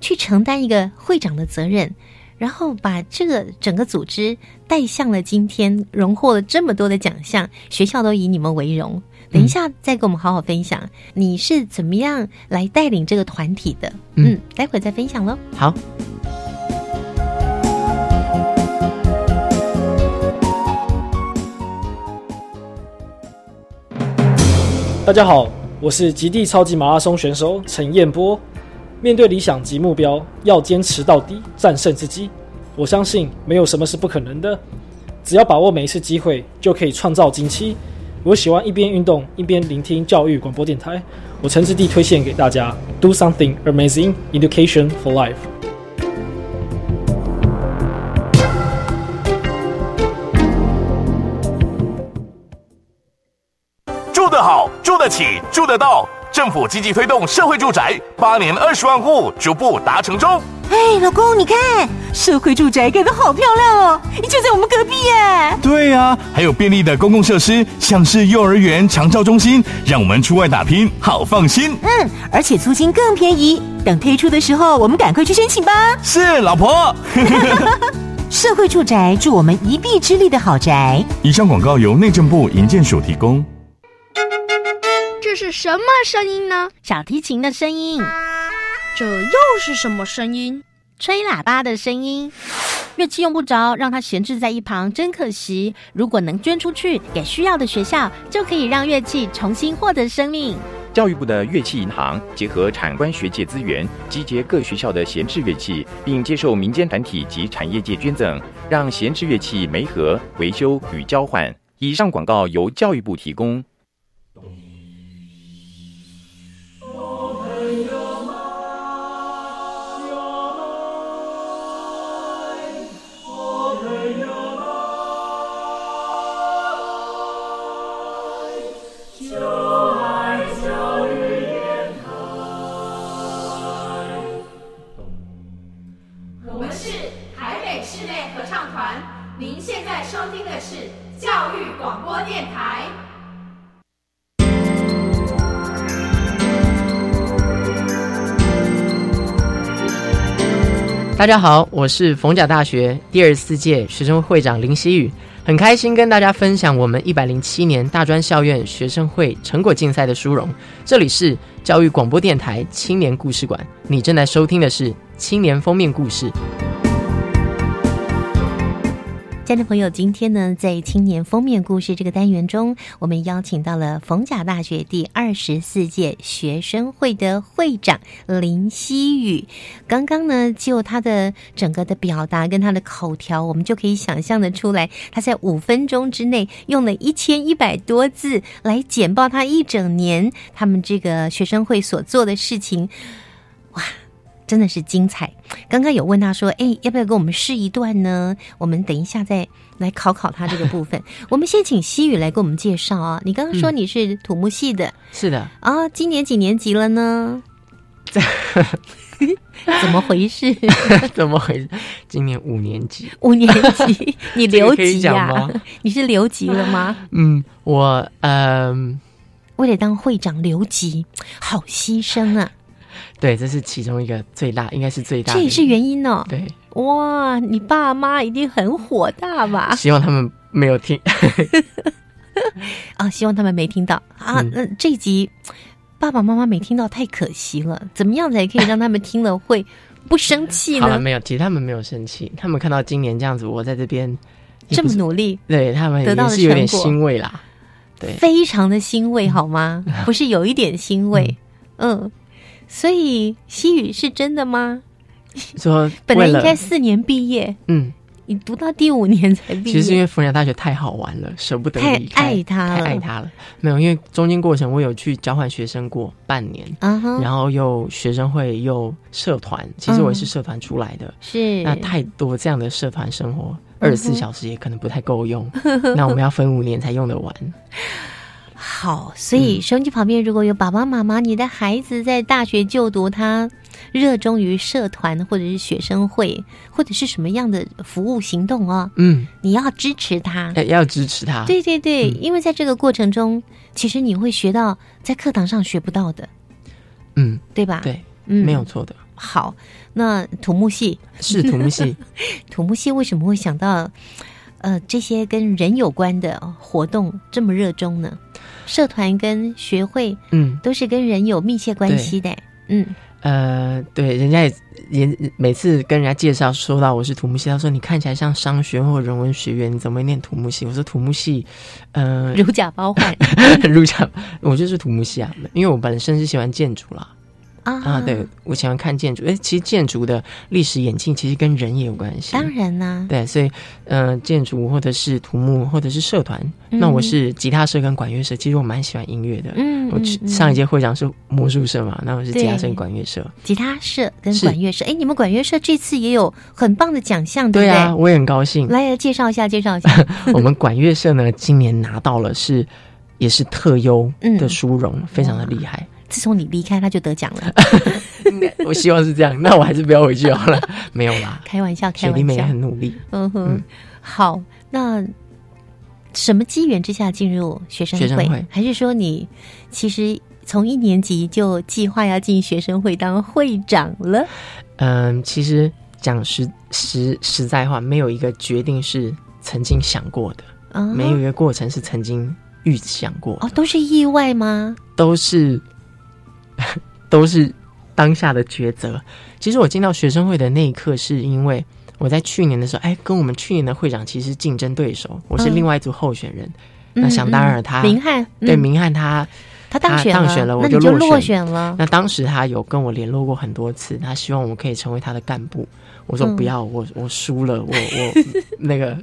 Speaker 1: 去承担一个会长的责任，然后把这个整个组织带向了今天，荣获了这么多的奖项，学校都以你们为荣。
Speaker 7: 嗯
Speaker 1: 等一下再给我们好好分享，你是怎么样来带领这个团体的？
Speaker 6: 嗯
Speaker 1: 嗯，待会儿再分享喽。
Speaker 6: 好，
Speaker 8: 大家好，我是极地超级马拉松选手陈彦波。面对理想及目标，要坚持到底，战胜自己。我相信没有什么是不可能的，只要把握每一次机会，就可以创造惊奇。我喜欢一边运动一边聆听教育广播电台，我诚挚地推荐给大家：Do something amazing, education for life。
Speaker 9: 住得好，住得起，住得到。政府积极推动社会住宅，八年二十万户，逐步达成中。
Speaker 7: 哎，老公，你看，社会住宅盖得好漂亮哦，就在我们隔壁耶。
Speaker 9: 对啊，还有便利的公共设施，像是幼儿园、长照中心，让我们出外打拼，好放心。
Speaker 7: 嗯，而且租金更便宜。等推出的时候，我们赶快去申请吧。
Speaker 9: 是，老 婆。
Speaker 7: 社会住宅，助我们一臂之力的好宅。
Speaker 9: 以上广告由内政部营建署提供。
Speaker 10: 这是什么声音呢？
Speaker 1: 小提琴的声音，
Speaker 10: 这又是什么声音？
Speaker 1: 吹喇叭的声音，乐器用不着，让它闲置在一旁，真可惜。如果能捐出去给需要的学校，就可以让乐器重新获得生命。
Speaker 11: 教育部的乐器银行结合产官学界资源，集结各学校的闲置乐器，并接受民间团体及产业界捐赠，让闲置乐器媒合、维修与交换。以上广告由教育部提供。
Speaker 12: 我们是台北室内合唱团，您现在收听的是教育广播电台。
Speaker 6: 大家好，我是逢甲大学第二十四届学生会长林希宇，很开心跟大家分享我们一百零七年大专校院学生会成果竞赛的殊荣。这里是教育广播电台青年故事馆，你正在收听的是青年封面故事。
Speaker 1: 亲爱的朋友，今天呢，在青年封面故事这个单元中，我们邀请到了逢甲大学第二十四届学生会的会长呃林希宇。刚刚呢，就他的整个的表达跟他的口条，我们就可以想象的出来，他在五分钟之内用了一千一百多字来简报他一整年他们这个学生会所做的事情。真的是精彩。刚刚有问他说：“哎，要不要给我们试一段呢？”我们等一下再来考考他这个 部分。我们先请西雨来给我们介绍啊。你刚刚说
Speaker 6: 嗯
Speaker 1: 你是土木系的
Speaker 6: 是的，
Speaker 1: 啊、今年几年级 了呢？怎么回事？
Speaker 6: 怎么回事？今年五年级，
Speaker 1: 五年级，你
Speaker 6: 这个
Speaker 1: 留
Speaker 6: 可以
Speaker 1: 级
Speaker 6: 讲
Speaker 1: 呀、
Speaker 6: 吗
Speaker 1: 你是留级了吗？
Speaker 6: 嗯，我嗯、
Speaker 1: 为了当会长留级，好牺牲啊！
Speaker 6: 对，这是其中一个最大，应该是最大的
Speaker 1: 这也是原因哦。
Speaker 6: 对，
Speaker 1: 哇，你爸妈一定很火大吧？
Speaker 6: 希望他们没有听。
Speaker 1: 啊，希望他们没听到啊。
Speaker 6: 嗯
Speaker 1: 那、这一集爸爸妈妈没听到太可惜了，怎么样才可以让他们听了会不生气
Speaker 6: 好了，
Speaker 1: 呢？
Speaker 6: 没有，其实他们没有生气，他们看到今年这样子，我在这边也
Speaker 1: 这
Speaker 6: 不
Speaker 1: 么
Speaker 6: 是，
Speaker 1: 努力，
Speaker 6: 对他们
Speaker 1: 得到
Speaker 6: 也
Speaker 1: 的
Speaker 6: 是有点
Speaker 1: 成果
Speaker 6: 欣慰啦。对，
Speaker 1: 非常的欣
Speaker 6: 嗯
Speaker 1: 慰好 吗？不是有一点欣慰，嗯。所以西语是真的吗？
Speaker 6: 说
Speaker 1: 本来
Speaker 6: 为
Speaker 1: 应
Speaker 6: 了
Speaker 1: 该四年毕业，
Speaker 6: 嗯，
Speaker 1: 你读到第五年才毕业，
Speaker 6: 其实是因为逢甲大学太好玩了，舍不得
Speaker 1: 太
Speaker 6: 离开，
Speaker 1: 爱它了
Speaker 6: 太爱它了。没有，因为中间过程我有去交换学生过半年，
Speaker 1: 啊哈
Speaker 6: 然后又学生会又社团，其实我也是
Speaker 1: 嗯
Speaker 6: 社团出来的，
Speaker 1: 是
Speaker 6: 那太多这样的社团生活，
Speaker 1: 嗯哼
Speaker 6: 二十四小时也可能不太够用，那我们要分五年才用得完。
Speaker 1: 好，所以收音机旁边如果有爸爸妈妈，你的孩子在大学就读，他热衷于社团或者是学生会，或者是什么样的服务行动哦，
Speaker 6: 嗯，
Speaker 1: 你要支持他，
Speaker 6: 要要支持他，嗯
Speaker 1: 对对对，因为在这个过程中，其实你会学到在课堂上学不到的，
Speaker 6: 嗯，
Speaker 1: 对吧？
Speaker 6: 对，
Speaker 1: 嗯
Speaker 6: 没有错的。
Speaker 1: 好，那土木系
Speaker 6: 是土木系，
Speaker 1: 土木系为什么会想到呃这些跟人有关的活动这么热衷呢？社团跟学会，
Speaker 6: 嗯，
Speaker 1: 都是跟人有密切关系的。嗯，
Speaker 6: 呃，对，人家也也每次跟人家介绍说到我是土木系，他说你看起来像商学院或人文学院，你怎么会念土木系？我说土木系，呃，
Speaker 1: 如假包换
Speaker 6: 如假，我就是土木系啊，因为我本身是喜欢建筑啦。
Speaker 1: 啊
Speaker 6: 啊，对，我喜欢看建筑。哎，其实建筑的历史演进其实跟人也有关系。
Speaker 1: 当然啦、
Speaker 6: 对，所以，呃，建筑或者是土木或者是社团，
Speaker 1: 嗯
Speaker 6: 那我是吉他社跟管乐社，其实我蛮喜欢音乐的。
Speaker 1: 嗯
Speaker 6: 我
Speaker 1: 嗯嗯
Speaker 6: 上一届会长是魔术社嘛，那我是吉他社
Speaker 1: 对
Speaker 6: 跟管乐社。
Speaker 1: 吉他社跟
Speaker 6: 是
Speaker 1: 管乐社，哎，你们管乐社这次也有很棒的奖项，对不
Speaker 6: 对
Speaker 1: 对？
Speaker 6: 啊，我也很高兴。
Speaker 1: 来来介绍一下，介绍一下。
Speaker 6: 我们管乐社呢，今年拿到了是也是特优的殊荣，非常的厉害。
Speaker 1: 嗯自从你离开，他就得奖了。
Speaker 6: 我希望是这样，那我还是不要回去好了。没有啦，
Speaker 1: 开玩笑，
Speaker 6: 啊雪
Speaker 1: 开
Speaker 6: 莉
Speaker 1: 玩
Speaker 6: 妹也
Speaker 1: 笑。
Speaker 6: 很努力。
Speaker 1: 嗯哼，好，那什么机缘之下进入学生会？
Speaker 6: 学生会
Speaker 1: 还是说你其实从一年级就计划要进学生会当会长了？
Speaker 6: 嗯，其实讲实实实在话，没有一个决定是曾经想过的，
Speaker 1: 啊
Speaker 6: 没有一个过程是曾经预想过的，
Speaker 1: 哦，都是意外吗？
Speaker 6: 都是都是当下的抉择。其实我进到学生会的那一刻，是因为我在去年的时候，哎，跟我们去年的会长其实竞争对手，我是
Speaker 1: 嗯
Speaker 6: 另外一组候选人。
Speaker 1: 嗯
Speaker 6: 那想当然了他，
Speaker 1: 嗯明翰
Speaker 6: 对
Speaker 1: 嗯
Speaker 6: 明翰他。
Speaker 1: 他当选了
Speaker 6: 当选了，
Speaker 1: 那
Speaker 6: 我
Speaker 1: 你
Speaker 6: 落
Speaker 1: 就落选了
Speaker 6: 那当时他有跟我联络过很多次，他希望我可以成为他的干部。我说
Speaker 1: 嗯
Speaker 6: 不要，我我输了，我我 那个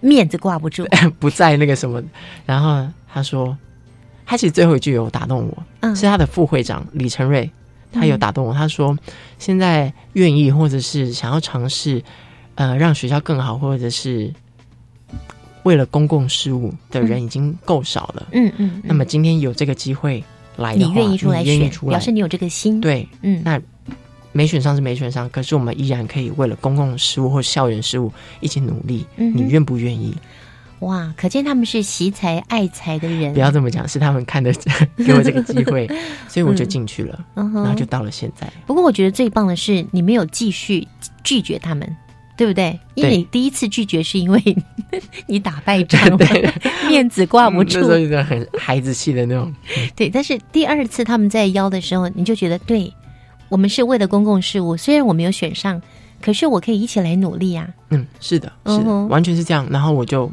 Speaker 1: 面子挂不住。
Speaker 6: 不在那个什么。然后他说，他其实最后一句有打动我，
Speaker 1: 嗯
Speaker 6: 是他的副会长李承瑞， 他有打动我。他说，现在愿意或者是想要尝试，呃，让学校更好，或者是为了公共事务的人已经够少了。
Speaker 1: 嗯嗯嗯
Speaker 6: 那么今天有这个机会来的
Speaker 1: 你
Speaker 6: 话，
Speaker 1: 愿意出来
Speaker 6: 你愿
Speaker 1: 选
Speaker 6: 意，出来
Speaker 1: 表示你有这个心。
Speaker 6: 对，
Speaker 1: 嗯
Speaker 6: 那没选上是没选上，可是我们依然可以为了公共事务或校园事务一起努力。
Speaker 1: 嗯哼
Speaker 6: 你愿不愿意？
Speaker 1: 哇，可见他们是惜才爱才的人。
Speaker 6: 不要这么讲，是他们看的 给我这个机 会，所以我就进去了，
Speaker 1: 嗯哼
Speaker 6: 然后就到了现在。
Speaker 1: 不过我觉得最棒的是你没有继续拒绝他们，对不对？因为
Speaker 6: 对
Speaker 1: 你第一次拒绝是因为 你打败仗 了，面子挂不
Speaker 6: 嗯
Speaker 1: 住
Speaker 6: 那。时候有点很孩子气的那种，
Speaker 1: 对，但是第二次他们在邀的时候，你就觉得对，我们是为了公共事务，虽然我没有选上，可是我可以一起来努力呀、
Speaker 6: 嗯，是的，是
Speaker 1: 嗯
Speaker 6: 的，
Speaker 1: 哼
Speaker 6: 完全是这样。然后我就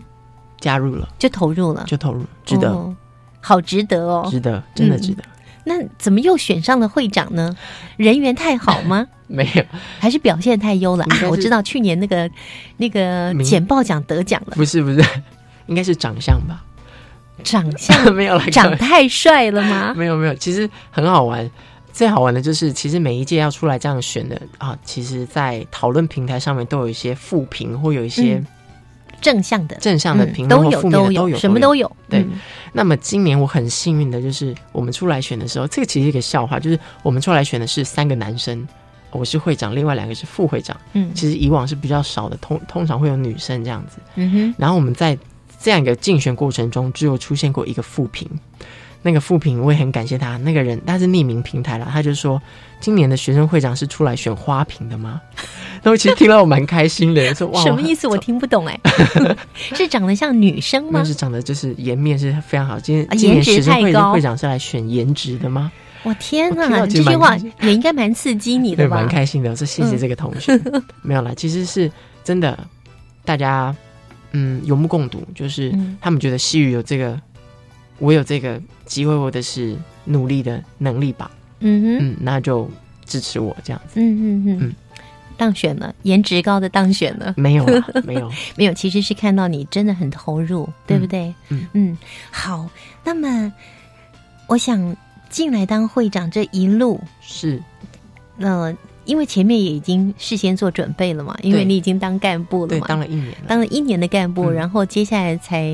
Speaker 6: 加入了，
Speaker 1: 就投入了，
Speaker 6: 就投入，值得，
Speaker 1: 哦好值得哦，
Speaker 6: 值得，真的
Speaker 1: 嗯
Speaker 6: 值得。
Speaker 1: 那怎么又选上了会长呢？人缘太好吗？
Speaker 6: 没有，
Speaker 1: 还是表现太优了
Speaker 6: 应该
Speaker 1: 啊
Speaker 6: 是！
Speaker 1: 我知道去年那个那个
Speaker 6: 明
Speaker 1: 简报奖得奖了，
Speaker 6: 不是不 是，应该是长相吧？
Speaker 1: 长 相
Speaker 6: 没有啦开
Speaker 1: 长
Speaker 6: 玩笑
Speaker 1: 太帅了吗？
Speaker 6: 没有没有，其实很好玩。最好玩的就是，其实每一届要出来这样选的啊，其实，在讨论平台上面都有一些负评，或有一些
Speaker 1: 嗯正向的，
Speaker 6: 正向的
Speaker 1: 嗯
Speaker 6: 评论、
Speaker 1: 都
Speaker 6: 或
Speaker 1: 有
Speaker 6: 负面的
Speaker 1: 都
Speaker 6: 有，
Speaker 1: 有，什么都有。
Speaker 6: 对，
Speaker 1: 嗯
Speaker 6: 那么今年我很幸运的就是，我们出来选的时候，这个其实是一个笑话，就是我们出来选的是三个男生，我是会长，另外两个是副会长。
Speaker 1: 嗯
Speaker 6: 其实以往是比较少的，通通常会有女生这样子。
Speaker 1: 嗯哼，
Speaker 6: 然后我们在这样一个竞选过程中，只有出现过一个负评。那个负评我也很感谢他，那个人他是匿名平台啦，他就说今年的学生会长是出来选花瓶的吗？ 那我其实听到我蛮开心 的，说哇，
Speaker 1: 什么意思？我听不懂哎， 是长得像女生吗
Speaker 6: 那？是长得就是颜面是非常好，今天、
Speaker 1: 啊
Speaker 6: 今
Speaker 1: 颜
Speaker 6: 年
Speaker 1: 值
Speaker 6: 学生
Speaker 1: 太
Speaker 6: 会
Speaker 1: 高
Speaker 6: 的会长是来选颜值的吗？
Speaker 1: 我天
Speaker 6: 我听
Speaker 1: 哪，
Speaker 6: 到其
Speaker 1: 这
Speaker 6: 实
Speaker 1: 句
Speaker 6: 蛮
Speaker 1: 话
Speaker 6: 开
Speaker 1: 也应该蛮刺激你
Speaker 6: 对，
Speaker 1: 的吧嗯
Speaker 6: 蛮？开心的。我说谢谢这个同学，没有啦，其实是真的，大家嗯有目共睹，就是
Speaker 1: 嗯
Speaker 6: 他们觉得西语有这个，我有这个机会或者是努力的能力吧，
Speaker 1: 嗯哼，
Speaker 6: 嗯，那就支持我这样子。
Speaker 1: 嗯嗯嗯
Speaker 6: 嗯，
Speaker 1: 当选了，颜值高的当选了，
Speaker 6: 没有啦，没有，
Speaker 1: 没有，其实是看到你真的很投入，对不对？
Speaker 6: 嗯
Speaker 1: 好，那么我想进来当会长这一路，
Speaker 6: 是
Speaker 1: 呃，因为前面也已经事先做准备了嘛，因为
Speaker 6: 对
Speaker 1: 你已经当干部了
Speaker 6: 对，
Speaker 1: 嘛，
Speaker 6: 当了一年了，
Speaker 1: 当了一年的干部，
Speaker 6: 嗯
Speaker 1: 然后接下来才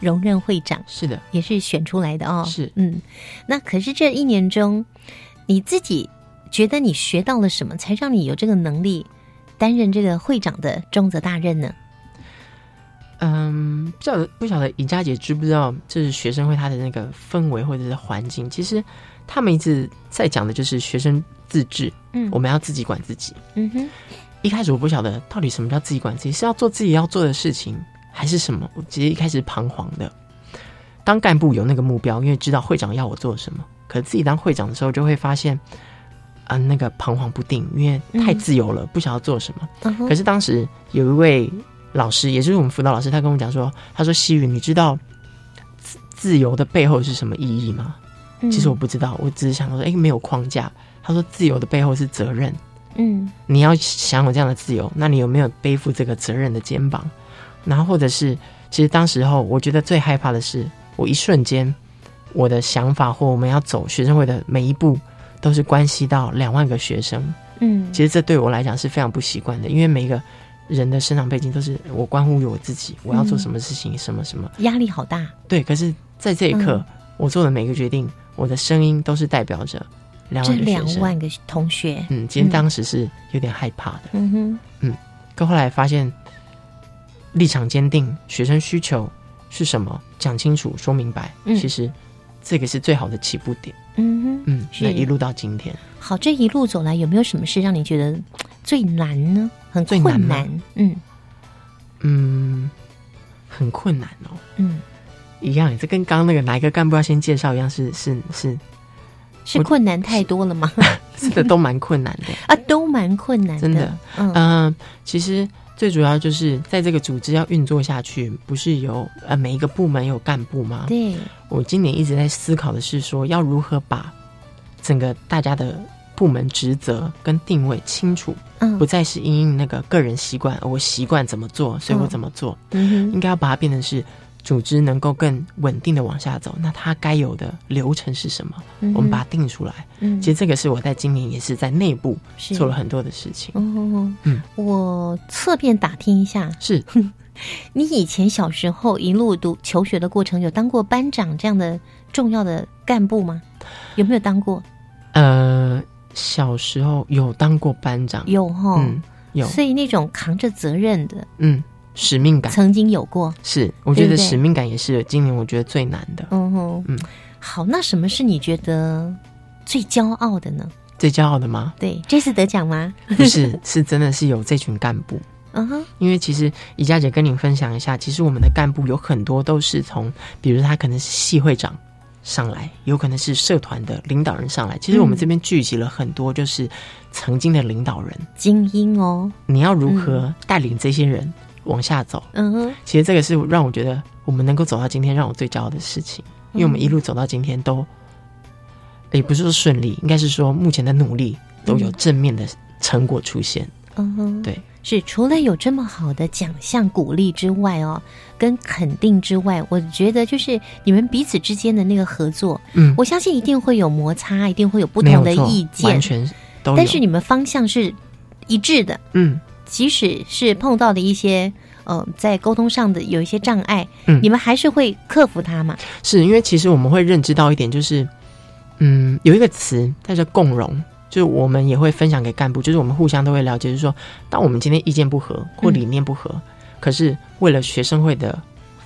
Speaker 1: 荣任会长，
Speaker 6: 是的，
Speaker 1: 也是选出来的哦。
Speaker 6: 是，
Speaker 1: 嗯，那可是这一年中，你自己觉得你学到了什么，才让你有这个能力担任这个会长的重责大任呢？
Speaker 6: 嗯，不晓得不晓得尹佳姐知不知道，就是学生会他的那个氛围或者是环境，其实他们一直在讲的就是学生自治，
Speaker 1: 嗯
Speaker 6: 我们要自己管自己。
Speaker 1: 嗯哼，
Speaker 6: 一开始我不晓得到底什么叫自己管自己，是要做自己要做的事情，还是什么？我其实一开始彷徨的。当干部有那个目标，因为知道会长要我做什么，可自己当会长的时候就会发现，啊、那个彷徨不定，因为太自由了，不晓得做什么。
Speaker 1: 嗯哼
Speaker 6: 可是当时有一位老师，也就是我们辅导老师，他跟我讲说，他说：“西云，你知道自自由的背后是什么意义吗？”
Speaker 1: 嗯
Speaker 6: 其实我不知道，我只是想说，哎，没有框架。他说，自由的背后是责任。
Speaker 1: 嗯
Speaker 6: 你要享有这样的自由，那你有没有背负这个责任的肩膀？然后或者是，其实当时候我觉得最害怕的是，我一瞬间我的想法或我们要走学生会的每一步，都是关系到两万个学生。
Speaker 1: 嗯
Speaker 6: 其实这对我来讲是非常不习惯的，因为每一个人的生长背景都是我关乎于我自己，我要做什么事情，什么什么。
Speaker 1: 压力好大。
Speaker 6: 对，可是在这一刻，
Speaker 1: 嗯
Speaker 6: 我做的每个决定，我的声音都是代表着两
Speaker 1: 这
Speaker 6: 万个学
Speaker 1: 两
Speaker 6: 生。
Speaker 1: 万个同学，
Speaker 6: 嗯，其实当时是有点害怕的。
Speaker 1: 嗯哼，
Speaker 6: 嗯，可后来发现立场坚定，学生需求是什么，讲清楚说明白，
Speaker 1: 嗯
Speaker 6: 其实这个是最好的起步点。
Speaker 1: 嗯哼，
Speaker 6: 嗯，
Speaker 1: 是
Speaker 6: 那一路到今天，
Speaker 1: 好，这一路走来有没有什么事让你觉得最难呢？很
Speaker 6: 最
Speaker 1: 困
Speaker 6: 难吗
Speaker 1: 嗯
Speaker 6: 嗯，很困难哦。
Speaker 1: 嗯，
Speaker 6: 一样，这跟刚刚那个哪一个干部要先介绍一样，是是是
Speaker 1: 是困难太多了吗？
Speaker 6: 是的，都蛮困难的。
Speaker 1: 啊，都蛮困难
Speaker 6: 真的，
Speaker 1: 嗯
Speaker 6: 嗯、其实最主要就是在这个组织要运作下去，不是有呃每一个部门有干部吗？
Speaker 1: 对，
Speaker 6: 我今年一直在思考的是说，要如何把整个大家的部门职责跟定位清楚，
Speaker 1: 嗯
Speaker 6: 不再是因应那个个人习惯，呃我习惯怎么做，所以我
Speaker 1: 嗯
Speaker 6: 怎么做，
Speaker 1: 嗯
Speaker 6: 应该要把它变成是。组织能够更稳定的往下走，那它该有的流程是什么？
Speaker 1: 嗯哼
Speaker 6: 我们把它定出来。
Speaker 1: 嗯
Speaker 6: 其实这个是我在今年也是在内部
Speaker 1: 是
Speaker 6: 做了很多的事情。
Speaker 1: 哦，
Speaker 6: 嗯
Speaker 1: 我侧面打听一下，
Speaker 6: 是
Speaker 1: 你以前小时候一路读求学的过程，有当过班长这样的重要的干部吗？有没有当过？
Speaker 6: 呃，小时候有当过班长，
Speaker 1: 有哈、
Speaker 6: 嗯，有，
Speaker 1: 所以那种扛着责任的，
Speaker 6: 嗯，使命感
Speaker 1: 曾经有过。
Speaker 6: 是，我
Speaker 1: 对
Speaker 6: 觉
Speaker 1: 不
Speaker 6: 得
Speaker 1: 对
Speaker 6: 使命感也是今年我觉得最难的，
Speaker 1: 嗯哼，
Speaker 6: 嗯，
Speaker 1: 好，那什么是你觉得最骄傲的呢？
Speaker 6: 最骄傲的吗？
Speaker 1: 对，这次得奖吗？
Speaker 6: 不是， 是真的是有这群干部，
Speaker 1: 嗯哼，
Speaker 6: 因为其实宜家姐跟您分享一下，其实我们的干部有很多都是从，比如他可能是系会长上来，有可能是社团的领导人上来，其实我们
Speaker 1: 嗯
Speaker 6: 这边聚集了很多就是曾经的领导人，
Speaker 1: 精英哦，
Speaker 6: 你要如何带领这些人往下走？
Speaker 1: 嗯哼，
Speaker 6: 其实这个是让我觉得我们能够走到今天，让我最骄傲的事情，因为我们一路走到今天都，也不是说顺利，应该是说目前的努力都有正面的成果出现。
Speaker 1: 嗯哼，
Speaker 6: 对，
Speaker 1: 是除了有这么好的奖项鼓励之外哦，跟肯定之外，我觉得就是你们彼此之间的那个合作，
Speaker 6: 嗯
Speaker 1: 我相信一定会有摩擦，一定会有不
Speaker 6: 没有
Speaker 1: 同的
Speaker 6: 错
Speaker 1: 意见
Speaker 6: 完，全都有。
Speaker 1: 但是你们方向是一致的，
Speaker 6: 嗯，
Speaker 1: 即使是碰到的一些呃在沟通上的有一些障碍，
Speaker 6: 嗯
Speaker 1: 你们还是会克服它嘛，
Speaker 6: 是因为其实我们会认知到一点，就是嗯，有一个词，它叫共荣。就是我们也会分享给干部，就是我们互相都会了解，就是说，当我们今天意见不合或
Speaker 1: 嗯
Speaker 6: 理念不合，可是为了学生会的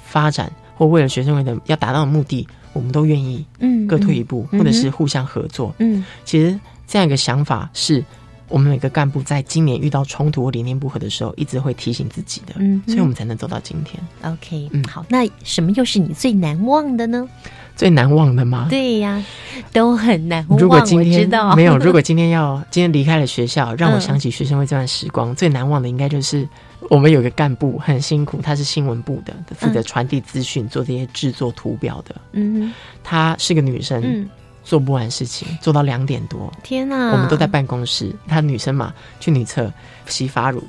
Speaker 6: 发展或为了学生会的要达到的目的，我们都愿意
Speaker 1: 嗯
Speaker 6: 各退一步，或
Speaker 1: 嗯
Speaker 6: 者
Speaker 1: 嗯哼
Speaker 6: 是互相合作。
Speaker 1: 嗯
Speaker 6: 其实这样一个想法是我们每个干部在今年遇到冲突或理念不合的时候，一直会提醒自己的，
Speaker 1: 嗯哼
Speaker 6: 所以我们才能走到今天。
Speaker 1: ，OK，
Speaker 6: 嗯
Speaker 1: 好，那什么又是你最难忘的呢？
Speaker 6: 最难忘的吗？
Speaker 1: 对呀、都很难忘，
Speaker 6: 如果今
Speaker 1: 我知
Speaker 6: 天
Speaker 1: 道
Speaker 6: 没有，如果今天要哦今天离开了学校，让我
Speaker 1: 嗯
Speaker 6: 想起学生会这段时光，最难忘的应该就是我们有个干部很辛苦，他是新闻部的，负责
Speaker 1: 嗯
Speaker 6: 传递资讯、做这些制作图表的。
Speaker 1: 嗯
Speaker 6: 她是个女生，
Speaker 1: 嗯
Speaker 6: 做不完事情，做到两点多。
Speaker 1: 天哪，
Speaker 6: 我们都在办公室，她女生嘛，去女厕洗发 乳，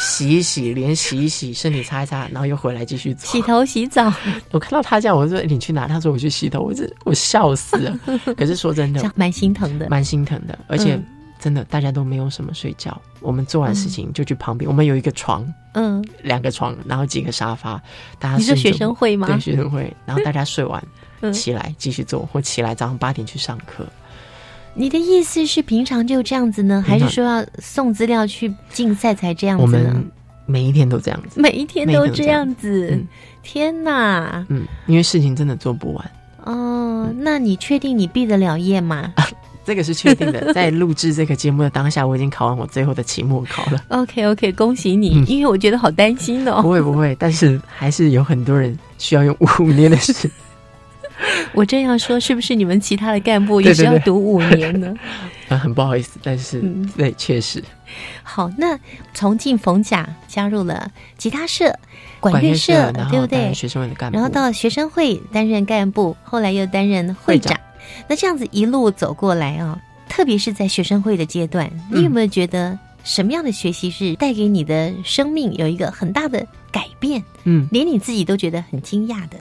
Speaker 6: 洗一洗，脸洗一洗，身体擦一擦，然后又回来继续做。
Speaker 1: 洗头洗澡，
Speaker 6: 我看到她这样，我就说你去哪？她说我 去洗头，我这我笑死了。可是说真的，
Speaker 1: 这样蛮心疼的，
Speaker 6: 蛮心疼的，而且
Speaker 1: 嗯
Speaker 6: 真的大家都没有什么睡觉，我们做完事情就去旁边，我们有一个床，
Speaker 1: 嗯，
Speaker 6: 两个床，然后几个沙发，大家
Speaker 1: 你是
Speaker 6: 睡着
Speaker 1: 学生会吗
Speaker 6: 对，学生 会，然后大家睡完、
Speaker 1: 嗯
Speaker 6: 起来继续做，或起来早上八点去上课。
Speaker 1: 你的意思是平常就这样子呢，还
Speaker 6: 平常
Speaker 1: 是说要送资料去竞赛才这样
Speaker 6: 我
Speaker 1: 子呢
Speaker 6: 们？每一天都这样子，
Speaker 1: 每一天都这样
Speaker 6: 每一天都这
Speaker 1: 子
Speaker 6: 嗯，
Speaker 1: 天哪！
Speaker 6: 嗯，因为事情真的做不完。
Speaker 1: 哦，那你确定你毕得了业吗
Speaker 6: 这个是确定 的，在录制这个节目的当下，我已经考完我最后的期末考了。
Speaker 1: ？OK OK，恭喜你，
Speaker 6: 嗯
Speaker 1: 因为我觉得好担心哦。
Speaker 6: 不会不会，但是还是有很多人需要用五年的时。
Speaker 1: 我正要说，是不是你们其他的干部
Speaker 6: 对对
Speaker 1: 也是要
Speaker 6: 对
Speaker 1: 读五年呢？
Speaker 6: 啊， 很不好意思，但是、
Speaker 1: 嗯
Speaker 6: 对，确实
Speaker 1: 好，那从进逢甲加入了吉他社、管
Speaker 6: 管
Speaker 1: 乐
Speaker 6: 社，然后
Speaker 1: 对不
Speaker 6: 担
Speaker 1: 对
Speaker 6: 任？学生会的干部，
Speaker 1: 然后到学生会担任干部，后来又担任会长。
Speaker 6: 会长
Speaker 1: 那这样子一路走过来啊、特别是在学生会的阶段，你
Speaker 6: 嗯
Speaker 1: 有没有觉得什么样的学习是带给你的生命有一个很大的改变？
Speaker 6: 嗯，
Speaker 1: 连你自己都觉得很惊讶的。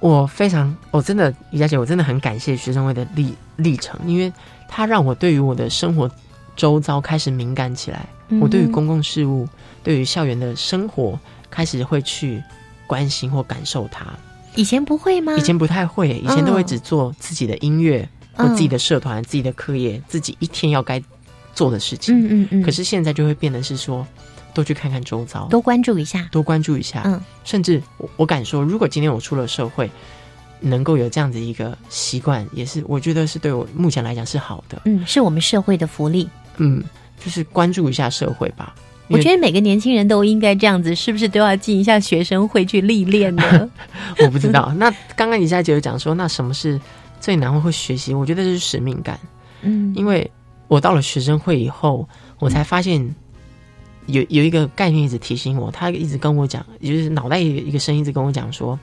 Speaker 6: 我非常，我真的李佳姐，我真的很感谢学生会的历历程，因为它让我对于我的生活周遭开始敏感起来，
Speaker 13: 嗯哼
Speaker 6: 我对于公共事务，对于校园的生活开始会去关心或感受它。
Speaker 1: 以前不会吗？
Speaker 6: 以前不太会，以前都会只做自己的音乐、
Speaker 1: 嗯
Speaker 6: 或自己的社团、自己的课业、自己一天要该做的事情。
Speaker 1: 嗯嗯嗯
Speaker 6: 可是现在就会变得是说，多去看看周遭，
Speaker 1: 多关注一下，
Speaker 6: 多关注一下。
Speaker 1: 嗯，
Speaker 6: 甚至我我敢说，如果今天我出了社会，能够有这样子一个习惯，也是我觉得是对我目前来讲是好的。
Speaker 1: 嗯，是我们社会的福利。
Speaker 6: 嗯，就是关注一下社会吧。因
Speaker 1: 我
Speaker 6: 为
Speaker 1: 觉得每个年轻人都应该这样子，是不是都要进一下学生会去历练呢？
Speaker 6: 我不知道。那刚刚李佳姐有讲说，那什么是最难或会学习？我觉得这是使命感。
Speaker 1: 嗯，
Speaker 6: 因为我到了学生会以后，我才发现有有一个概念一直提醒我，他一直跟我讲，也就是脑袋一个一个声音一直跟我讲说，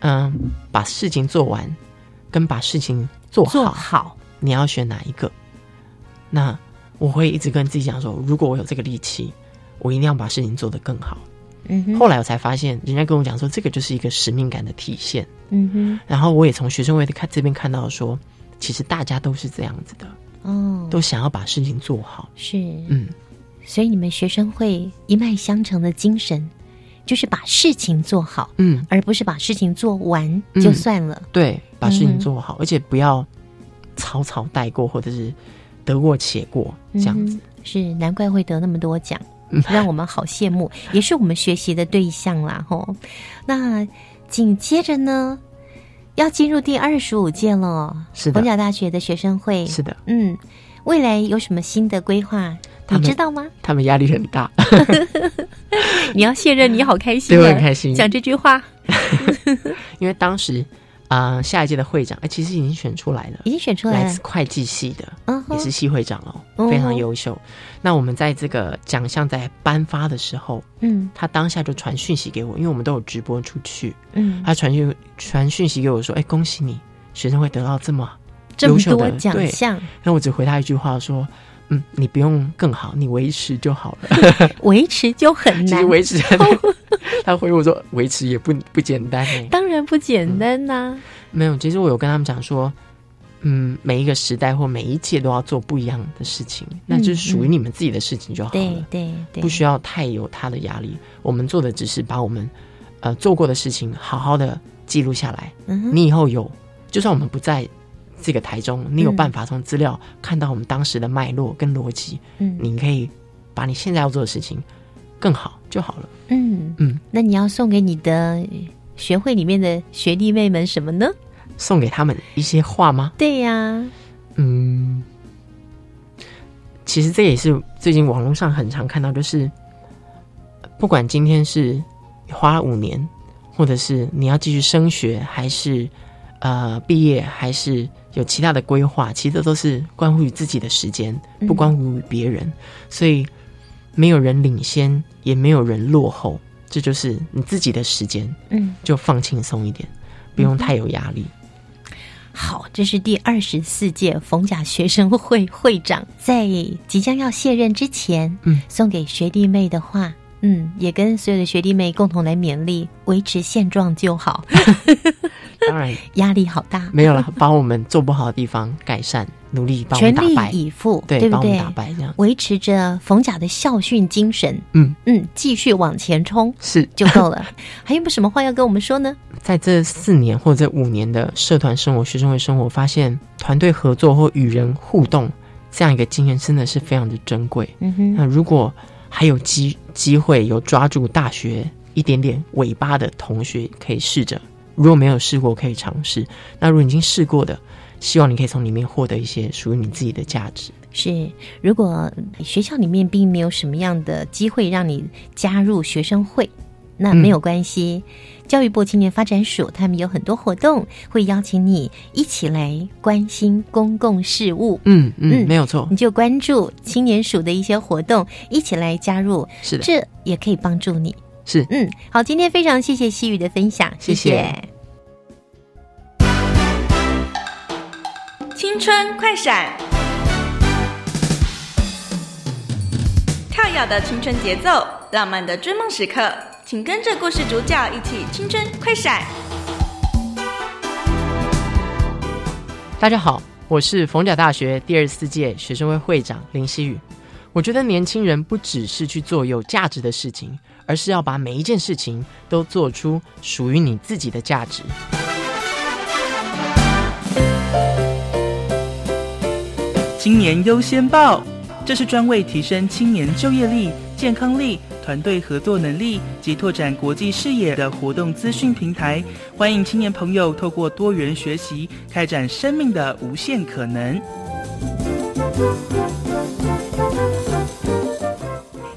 Speaker 6: 嗯，把事情做完跟把事情 做好，你要选哪一个？那我会一直跟自己讲说，如果我有这个力气，我一定要把事情做得更好。
Speaker 1: 嗯哼
Speaker 6: 后来我才发现，人家跟我讲说，这个就是一个使命感的体现。
Speaker 1: 嗯
Speaker 6: 然后我也从学生会的看这边看到说，其实大家都是这样子的。
Speaker 1: 哼，哦，
Speaker 6: 都想要把事情做好。
Speaker 1: 是，
Speaker 6: 嗯，
Speaker 1: 所以你们学生会一脉相承的精神，就是把事情做好，
Speaker 6: 嗯，
Speaker 1: 而不是把事情做完
Speaker 6: 嗯
Speaker 1: 就算了。
Speaker 6: 对，把事
Speaker 1: 嗯
Speaker 6: 情
Speaker 1: 哼
Speaker 6: 做好，而且不要草草带过，或者是得过且过这样子。
Speaker 1: 嗯哼是，难怪会得那么多奖
Speaker 6: 嗯，
Speaker 1: 让我们好 羡慕，也是我们学习的对象啦。吼，那紧接着呢，要进入第二十五届了，
Speaker 6: 是的
Speaker 1: 逢甲大学的学生会，
Speaker 6: 是的，
Speaker 1: 嗯，未来有什么新的规划？
Speaker 6: 他
Speaker 1: 你
Speaker 6: 们
Speaker 1: 知道吗？
Speaker 6: 他们压力很大，
Speaker 1: 你要卸任，你好开心、啊，
Speaker 6: 对我很开心
Speaker 1: 讲这句话
Speaker 6: 因为当时啊、呃下一届的会长，哎、其实已经选出来了
Speaker 1: 已。经选出来
Speaker 6: 来
Speaker 1: 了
Speaker 6: 自，会计系的
Speaker 1: 嗯哼
Speaker 6: 也是系会长
Speaker 1: 嗯
Speaker 6: 哦，
Speaker 1: 哼
Speaker 6: 非常优秀。那我们在这个奖项在颁发的时候，
Speaker 1: 嗯
Speaker 6: 他当下就传讯息给我，因为我们都有直播出去，
Speaker 1: 嗯，
Speaker 6: 他传讯传讯息给我说：“哎、恭喜你，学生会得到这么
Speaker 1: 这么
Speaker 6: 优秀的
Speaker 1: 多奖
Speaker 6: 对
Speaker 1: 项，
Speaker 6: 那我只回他一句话说：“嗯，你不用更好，你维持就好了。
Speaker 1: 维持就很
Speaker 6: 其
Speaker 1: 难
Speaker 6: 实，维持， 他回我说：“维持也不不简单欸
Speaker 1: 当然不简单啊呐、
Speaker 6: 没有，其实我有跟他们讲说，嗯，每一个时代或每一届都要做不一样的事情，那就是属于你们自己的事情就好了，
Speaker 1: 嗯对对对，
Speaker 6: 不需要太有他的压力。我们做的只是把我们呃做过的事情好好的记录下来。
Speaker 1: 嗯哼
Speaker 6: 你以后有，就算我们不在这个台中，你有
Speaker 1: 嗯
Speaker 6: 办法从资料看到我们当时的脉络跟逻辑，
Speaker 1: 嗯
Speaker 6: 你可以把你现在要做的事情更好就好了。
Speaker 1: 嗯
Speaker 6: 嗯，
Speaker 1: 那你要送给你的学会里面的学弟妹们什么呢？
Speaker 6: 送给他们一些话吗？
Speaker 1: 对呀、
Speaker 6: 嗯，其实这也是最近网络上很常看到，就是不管今天是花了五年，或者是你要继续升学，还是呃毕业，还是有其他的规划，其实这都是关乎于自己的时间，
Speaker 13: 嗯
Speaker 6: 不关乎于别人，所以没有人领先，也没有人落后，这就是你自己的时间，
Speaker 1: 嗯，
Speaker 6: 就放轻松一点，不用太有压力。
Speaker 1: 好，这是第二十四届逢甲学生会会长在即将要卸任之前，
Speaker 6: 嗯，
Speaker 1: 送给学弟妹的话嗯，也跟所有的学弟妹共同来勉励，维持现状就好。
Speaker 6: 当然，
Speaker 1: 压力好大。
Speaker 6: 没有了，把我们做不好的地方改善，努力帮我
Speaker 1: 全
Speaker 6: 们打
Speaker 1: 力
Speaker 6: 败，
Speaker 1: 以赴，
Speaker 6: 对，
Speaker 1: 不
Speaker 6: 帮我
Speaker 1: 对
Speaker 6: 们打败这样？。
Speaker 1: 维持着冯甲的校训精神，
Speaker 6: 嗯
Speaker 1: 嗯，继续往前冲
Speaker 6: 是
Speaker 1: 就 够了。还有没有什么话要跟我们说呢？
Speaker 6: 在这四年或者五年的社团生活、学生会生活，发现团队合作或与人互动这样一个经验，真的是非常的珍贵。
Speaker 1: 嗯哼
Speaker 6: 那如果还有机机会有抓住大学一点点尾巴的同学，可以试着；如果没有试过，可以尝试。那如果你已经试过的，希望你可以从里面获得一些属于你自己的价值。
Speaker 1: 是，如果学校里面并没有什么样的机会让你加入学生会，
Speaker 6: 嗯
Speaker 1: 那没有关系。教育部青年发展署他们有很多活动，会邀请你一起来关心公共事务。
Speaker 6: 嗯嗯，没有错
Speaker 1: 你，就关注青年署的一些活动，一起来加入，
Speaker 6: 是的
Speaker 1: 这也可以帮助你。
Speaker 6: 是
Speaker 1: 嗯，好，今天非常谢谢西雨的分享，
Speaker 6: 谢谢
Speaker 2: 青春快闪，跳跃的青春节奏，浪漫的追梦时刻，请跟着故事主角一起青春快闪。
Speaker 6: 大家好，我是逢甲大学第二十四届学生会会长林希宇。我觉得年轻人不只是去做有价值的事情，而是要把每一件事情都做出属于你自己的价值。
Speaker 14: 青年优先报，这是专为提升青年就业力、健康力、团队合作能力及拓展国际视野的活动资讯平台。欢迎青年朋友透过多元学习，开展生命的无限可能。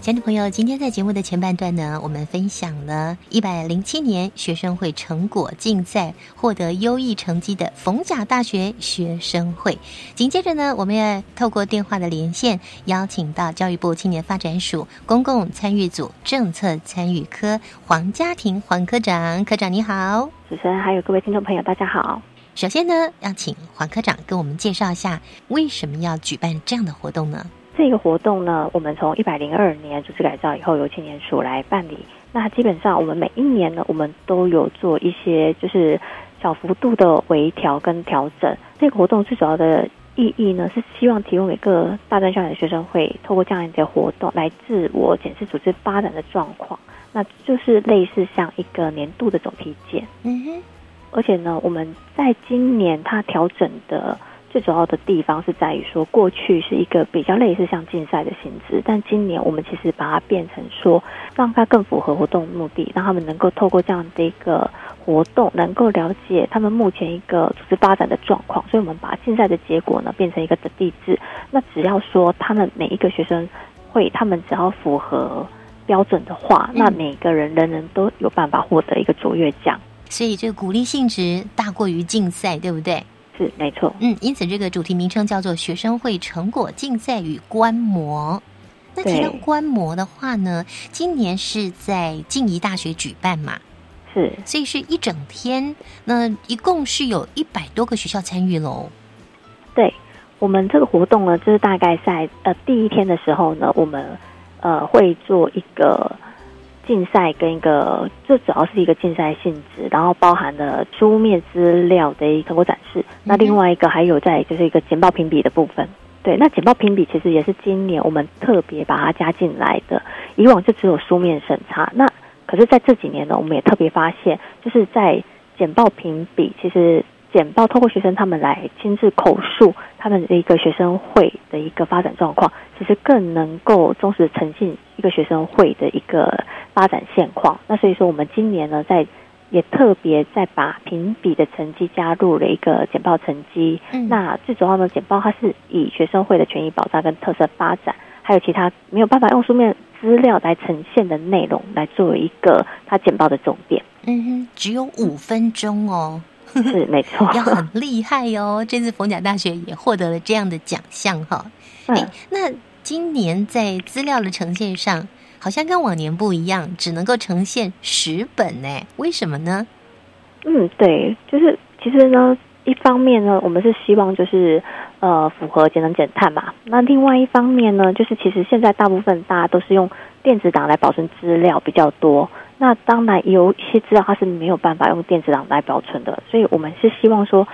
Speaker 1: 亲爱的朋友，今天在节目的前半段呢，我们分享了一百零七年学生会成果竞赛获得优异成绩的逢甲大学学生会。紧接着呢，我们要透过电话的连线，邀请到教育部青年发展署公共参与组政策参与科黄家庭黄科长，科长你好。
Speaker 15: 主持人还有各位听众朋友，大家好。
Speaker 1: 首先呢，要请黄科长跟我们介绍一下为什么要举办这样的活动呢？
Speaker 15: 这个活动呢，我们从一百零二年组织改造以后，由青年署来办理。那基本上我们每一年呢，我们都有做一些就是小幅度的微调跟调整。这个活动最主要的意义呢，是希望提供给各大专校园的学生会，透过这样一个活动来自我检视组织发展的状况。那就是类似像一个年度的总体检。
Speaker 1: 嗯哼，
Speaker 15: 而且呢，我们在今年它调整的最主要的地方是在于说，过去是一个比较类似像竞赛的性质，但今年我们其实把它变成说，让它更符合活动目的，让他们能够透过这样的一个活动，能够了解他们目前一个组织发展的状况。所以，我们把竞赛的结果呢变成一个的地制。那只要说他们每一个学生会，他们只要符合标准的话，那每个人人人都有办法获得一个卓越奖。
Speaker 1: 所以这个鼓励性质大过于竞赛，对不对？
Speaker 15: 是没错。
Speaker 1: 嗯，因此这个主题名称叫做“学生会成果竞赛与观摩”。那提到
Speaker 15: 对
Speaker 1: 观摩的话呢，今年是在静宜大学举办嘛，
Speaker 15: 是
Speaker 1: 所以是一整天，那一共是有一百多个学校参与喽。
Speaker 15: 对我们这个活动呢，就是大概在呃第一天的时候呢，我们呃会做一个竞赛跟一个，这主要是一个竞赛性质，然后包含了书面资料的一个成果展示。那另外一个还有在就是一个简报评比的部分。对，那简报评比其实也是今年我们特别把它加进来的，以往就只有书面审查。那可是在这几年呢，我们也特别发现，就是在简报评比，其实简报透过学生他们来亲自口述他们的一个学生会的一个发展状况，其实更能够忠实地呈现一个学生会的一个发展现况。那所以说，我们今年呢，在也特别在把评比的成绩加入了一个简报成绩。
Speaker 1: 嗯
Speaker 15: 那最主要呢，简报它是以学生会的权益保障跟特色发展，还有其他没有办法用书面资料来呈现的内容，来作为一个它简报的重点。
Speaker 1: 嗯哼，只有五分钟哦，
Speaker 15: 是没错，
Speaker 1: 要很厉害哦。这次逢甲大学也获得了这样的奖项哈、
Speaker 15: 嗯
Speaker 1: 诶那今年在资料的呈现上，好像跟往年不一样，只能够呈现十本呢？为什么呢？
Speaker 15: 嗯，对，就是其实呢，一方面呢，我们是希望就是呃符合节能减碳嘛。那另外一方面呢，就是其实现在大部分大家都是用电子档来保存资料比较多。那当然有一些资料它是没有办法用电子档来保存的，所以我们是希望说，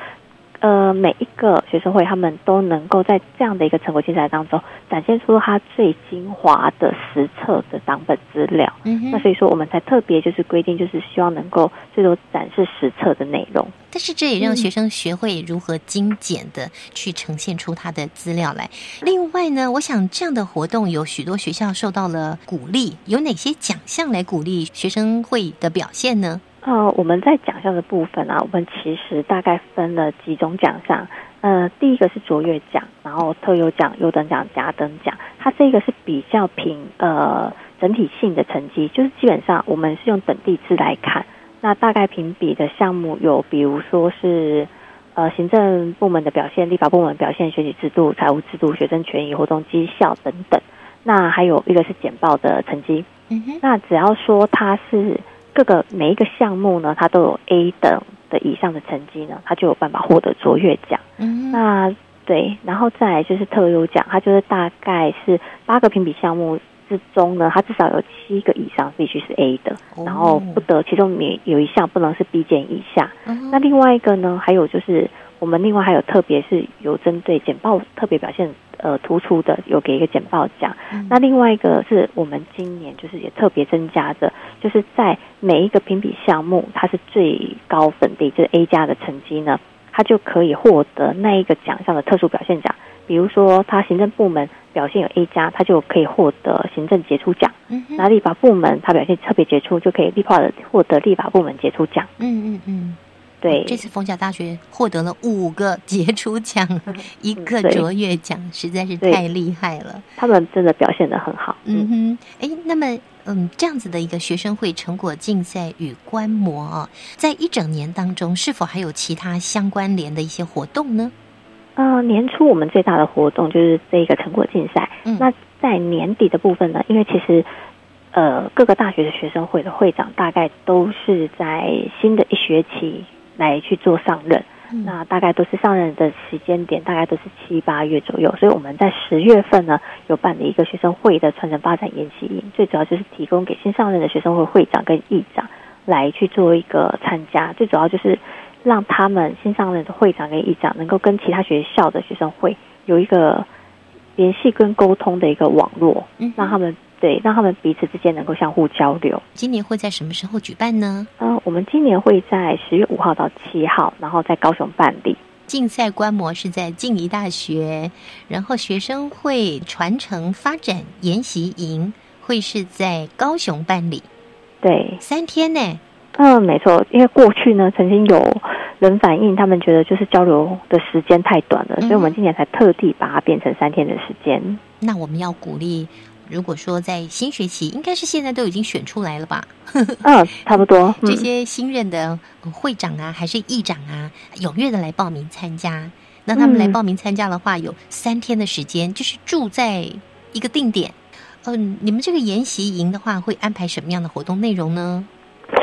Speaker 15: 呃，每一个学生会他们都能够在这样的一个成果竞赛当中，展现出它最精华的实册的档本资料。
Speaker 1: 嗯哼
Speaker 15: 那所以说，我们才特别就是规定，就是希望能够最多展示实册的内容。
Speaker 1: 但是这也
Speaker 15: 嗯
Speaker 1: 让学生学会如何精简的去呈现出他的资料来。另外呢，我想这样的活动有许多学校受到了鼓励，有哪些奖项来鼓励学生会的表现呢？
Speaker 15: 呃，我们在奖项的部分啊，我们其实大概分了几种奖项。呃，第一个是卓越奖，然后特优奖、优等奖、甲等奖，它这个是比较凭呃整体性的成绩，就是基本上我们是用本地制来看。那大概评比的项目有，比如说是呃行政部门的表现、立法部门表现、选举制度、财务制度、学生权益、活动绩效等等。那还有一个是简报的成绩，
Speaker 1: 嗯哼，
Speaker 15: 那只要说它是各个每一个项目呢，它都有 A 等的以上的成绩呢，它就有办法获得卓越奖。
Speaker 1: 嗯
Speaker 15: 那对，然后再来就是特优奖，它就是大概是八个评比项目之中呢，它至少有七个以上必须是 A 的，
Speaker 1: 哦
Speaker 15: 然后不得其中你有一项不能是 B 减以下。
Speaker 1: 嗯
Speaker 15: 那另外一个呢，还有就是我们另外还有特别是有针对简报特别表现呃突出的，有给一个简报奖。那另外一个是我们今年就是也特别增加的，就是在每一个评比项目，它是最高分的，就是 A 加的成绩呢，它就可以获得那一个奖项的特殊表现奖。比如说，它行政部门表现有 A 加，它就可以获得行政杰出奖；
Speaker 1: 嗯哼
Speaker 15: 那立法部门它表现特别杰出，就可以立法的获得立法部门杰出奖。
Speaker 1: 嗯嗯嗯，
Speaker 15: 对
Speaker 1: 这次逢甲大学获得了五个杰出奖，一个
Speaker 15: 嗯对
Speaker 1: 卓越奖，实在是
Speaker 15: 对
Speaker 1: 太厉害了。
Speaker 15: 他们真的表现得很好。
Speaker 1: 嗯哼，哎，那么嗯，这样子的一个学生会成果竞赛与观摩啊、在一整年当中，是否还有其他相关联的一些活动呢？
Speaker 15: 呃，年初我们最大的活动就是这个成果竞赛。
Speaker 1: 嗯
Speaker 15: 那在年底的部分呢，因为其实呃各个大学的学生会的会长大概都是在新的一学期来去做上任，
Speaker 1: 嗯
Speaker 15: 那大概都是上任的时间点大概都是七八月左右，所以我们在十月份呢有办理一个学生会的传承发展研习营，最主要就是提供给新上任的学生会会长跟议长来去做一个参加，最主要就是让他们新上任的会长跟议长能够跟其他学校的学生会有一个联系跟沟通的一个网络，
Speaker 1: 嗯哼
Speaker 15: 让他们对让他们彼此之间能够相互交流。
Speaker 1: 今年会在什么时候举办呢？
Speaker 15: 嗯，我们今年会在十月五号到七号，然后在高雄办理。
Speaker 1: 竞赛观摩是在静宜大学，然后学生会传承发展研习营会是在高雄办理，
Speaker 15: 对，
Speaker 1: 三天呢。
Speaker 15: 嗯，没错，因为过去呢曾经有人反映，他们觉得就是交流的时间太短了，所以我们今年才特地把它变成三天的时间。
Speaker 1: 那我们要鼓励，如果说在新学期，应该是现在都已经选出来了吧？
Speaker 15: 嗯，差不多。嗯
Speaker 1: 这些新任的呃会长啊，还是议长啊，踊跃的来报名参加。那他们来
Speaker 15: 嗯
Speaker 1: 报名参加的话，有三天的时间，就是住在一个定点。嗯、你们这个研习营的话，会安排什么样的活动内容呢？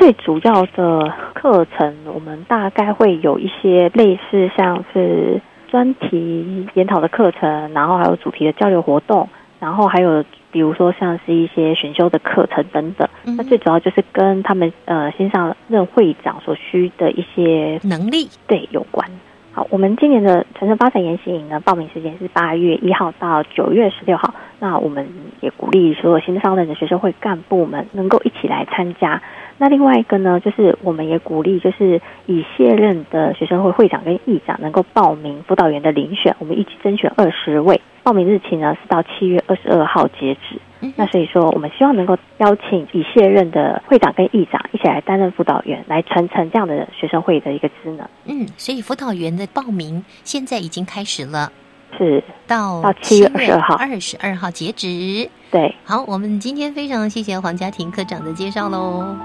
Speaker 15: 最主要的课程，我们大概会有一些类似像是专题研讨的课程，然后还有主题的交流活动，然后还有比如说像是一些选修的课程等等。
Speaker 1: 嗯
Speaker 15: 那最主要就是跟他们呃新上任会长所需的一些
Speaker 1: 能力
Speaker 15: 对有关。好，我们今年的城镇发展研习营呢，报名时间是八月一号到九月十六号。那我们也鼓励所有新上任的学生会干部们能够一起来参加。那另外一个呢，就是我们也鼓励，就是已卸任的学生会会长跟议长能够报名辅导员的遴选，我们一起甄选二十位，报名日期呢是到七月二十二号截止。
Speaker 1: 嗯
Speaker 15: 那所以说，我们希望能够邀请已卸任的会长跟议长一起来担任辅导员，来传承这样的学生会的一个职能。
Speaker 1: 嗯，所以辅导员的报名现在已经开始了，
Speaker 15: 是
Speaker 1: 到
Speaker 15: 到7月22号
Speaker 1: 二十二号截止。
Speaker 15: 对，
Speaker 1: 好，我们今天非常谢谢黄家庭科长的介绍喽。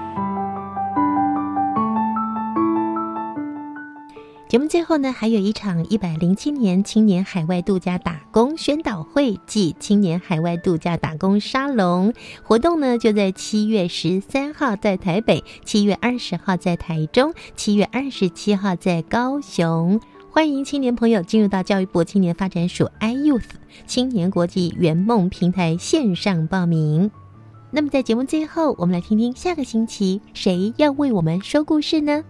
Speaker 1: 节目最后呢，还有一场一百零七年青年海外度假打工宣导会暨青年海外度假打工沙龙活动呢，就在七月十三号在台北，七月二十号在台中，七月二十七号在高雄。欢迎青年朋友进入到教育部青年发展署 iYouth 青年国际圆梦平台线上报名。那么在节目最后，我们来听听下个星期谁要为我们说故事呢？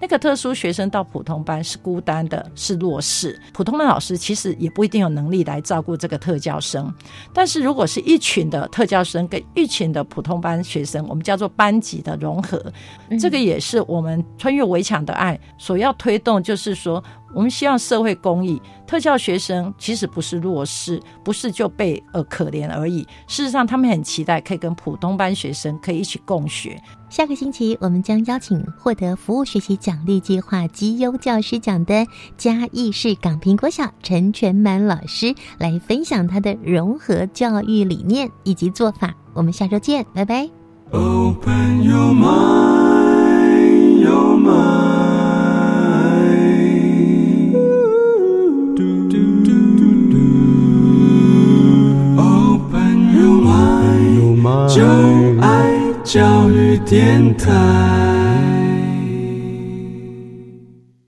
Speaker 16: 那个特殊学生到普通班是孤单的，是弱势。普通班老师其实也不一定有能力来照顾这个特教生，但是如果是一群的特教生跟一群的普通班学生，我们叫做班级的融合，嗯、这个也是我们穿越围墙的爱所要推动，就是说。我们希望社会公益，特教学生其实不是弱势，不是就被呃可怜而已。事实上，他们很期待可以跟普通班学生可以一起共学。
Speaker 1: 下个星期，我们将邀请获得服务学习奖励计划绩优教师奖的嘉义市港平国小陈全满老师来分享他的融合教育理念以及做法。我们下周见，拜拜。
Speaker 4: Open your mind, your mind. My 就爱教育电台。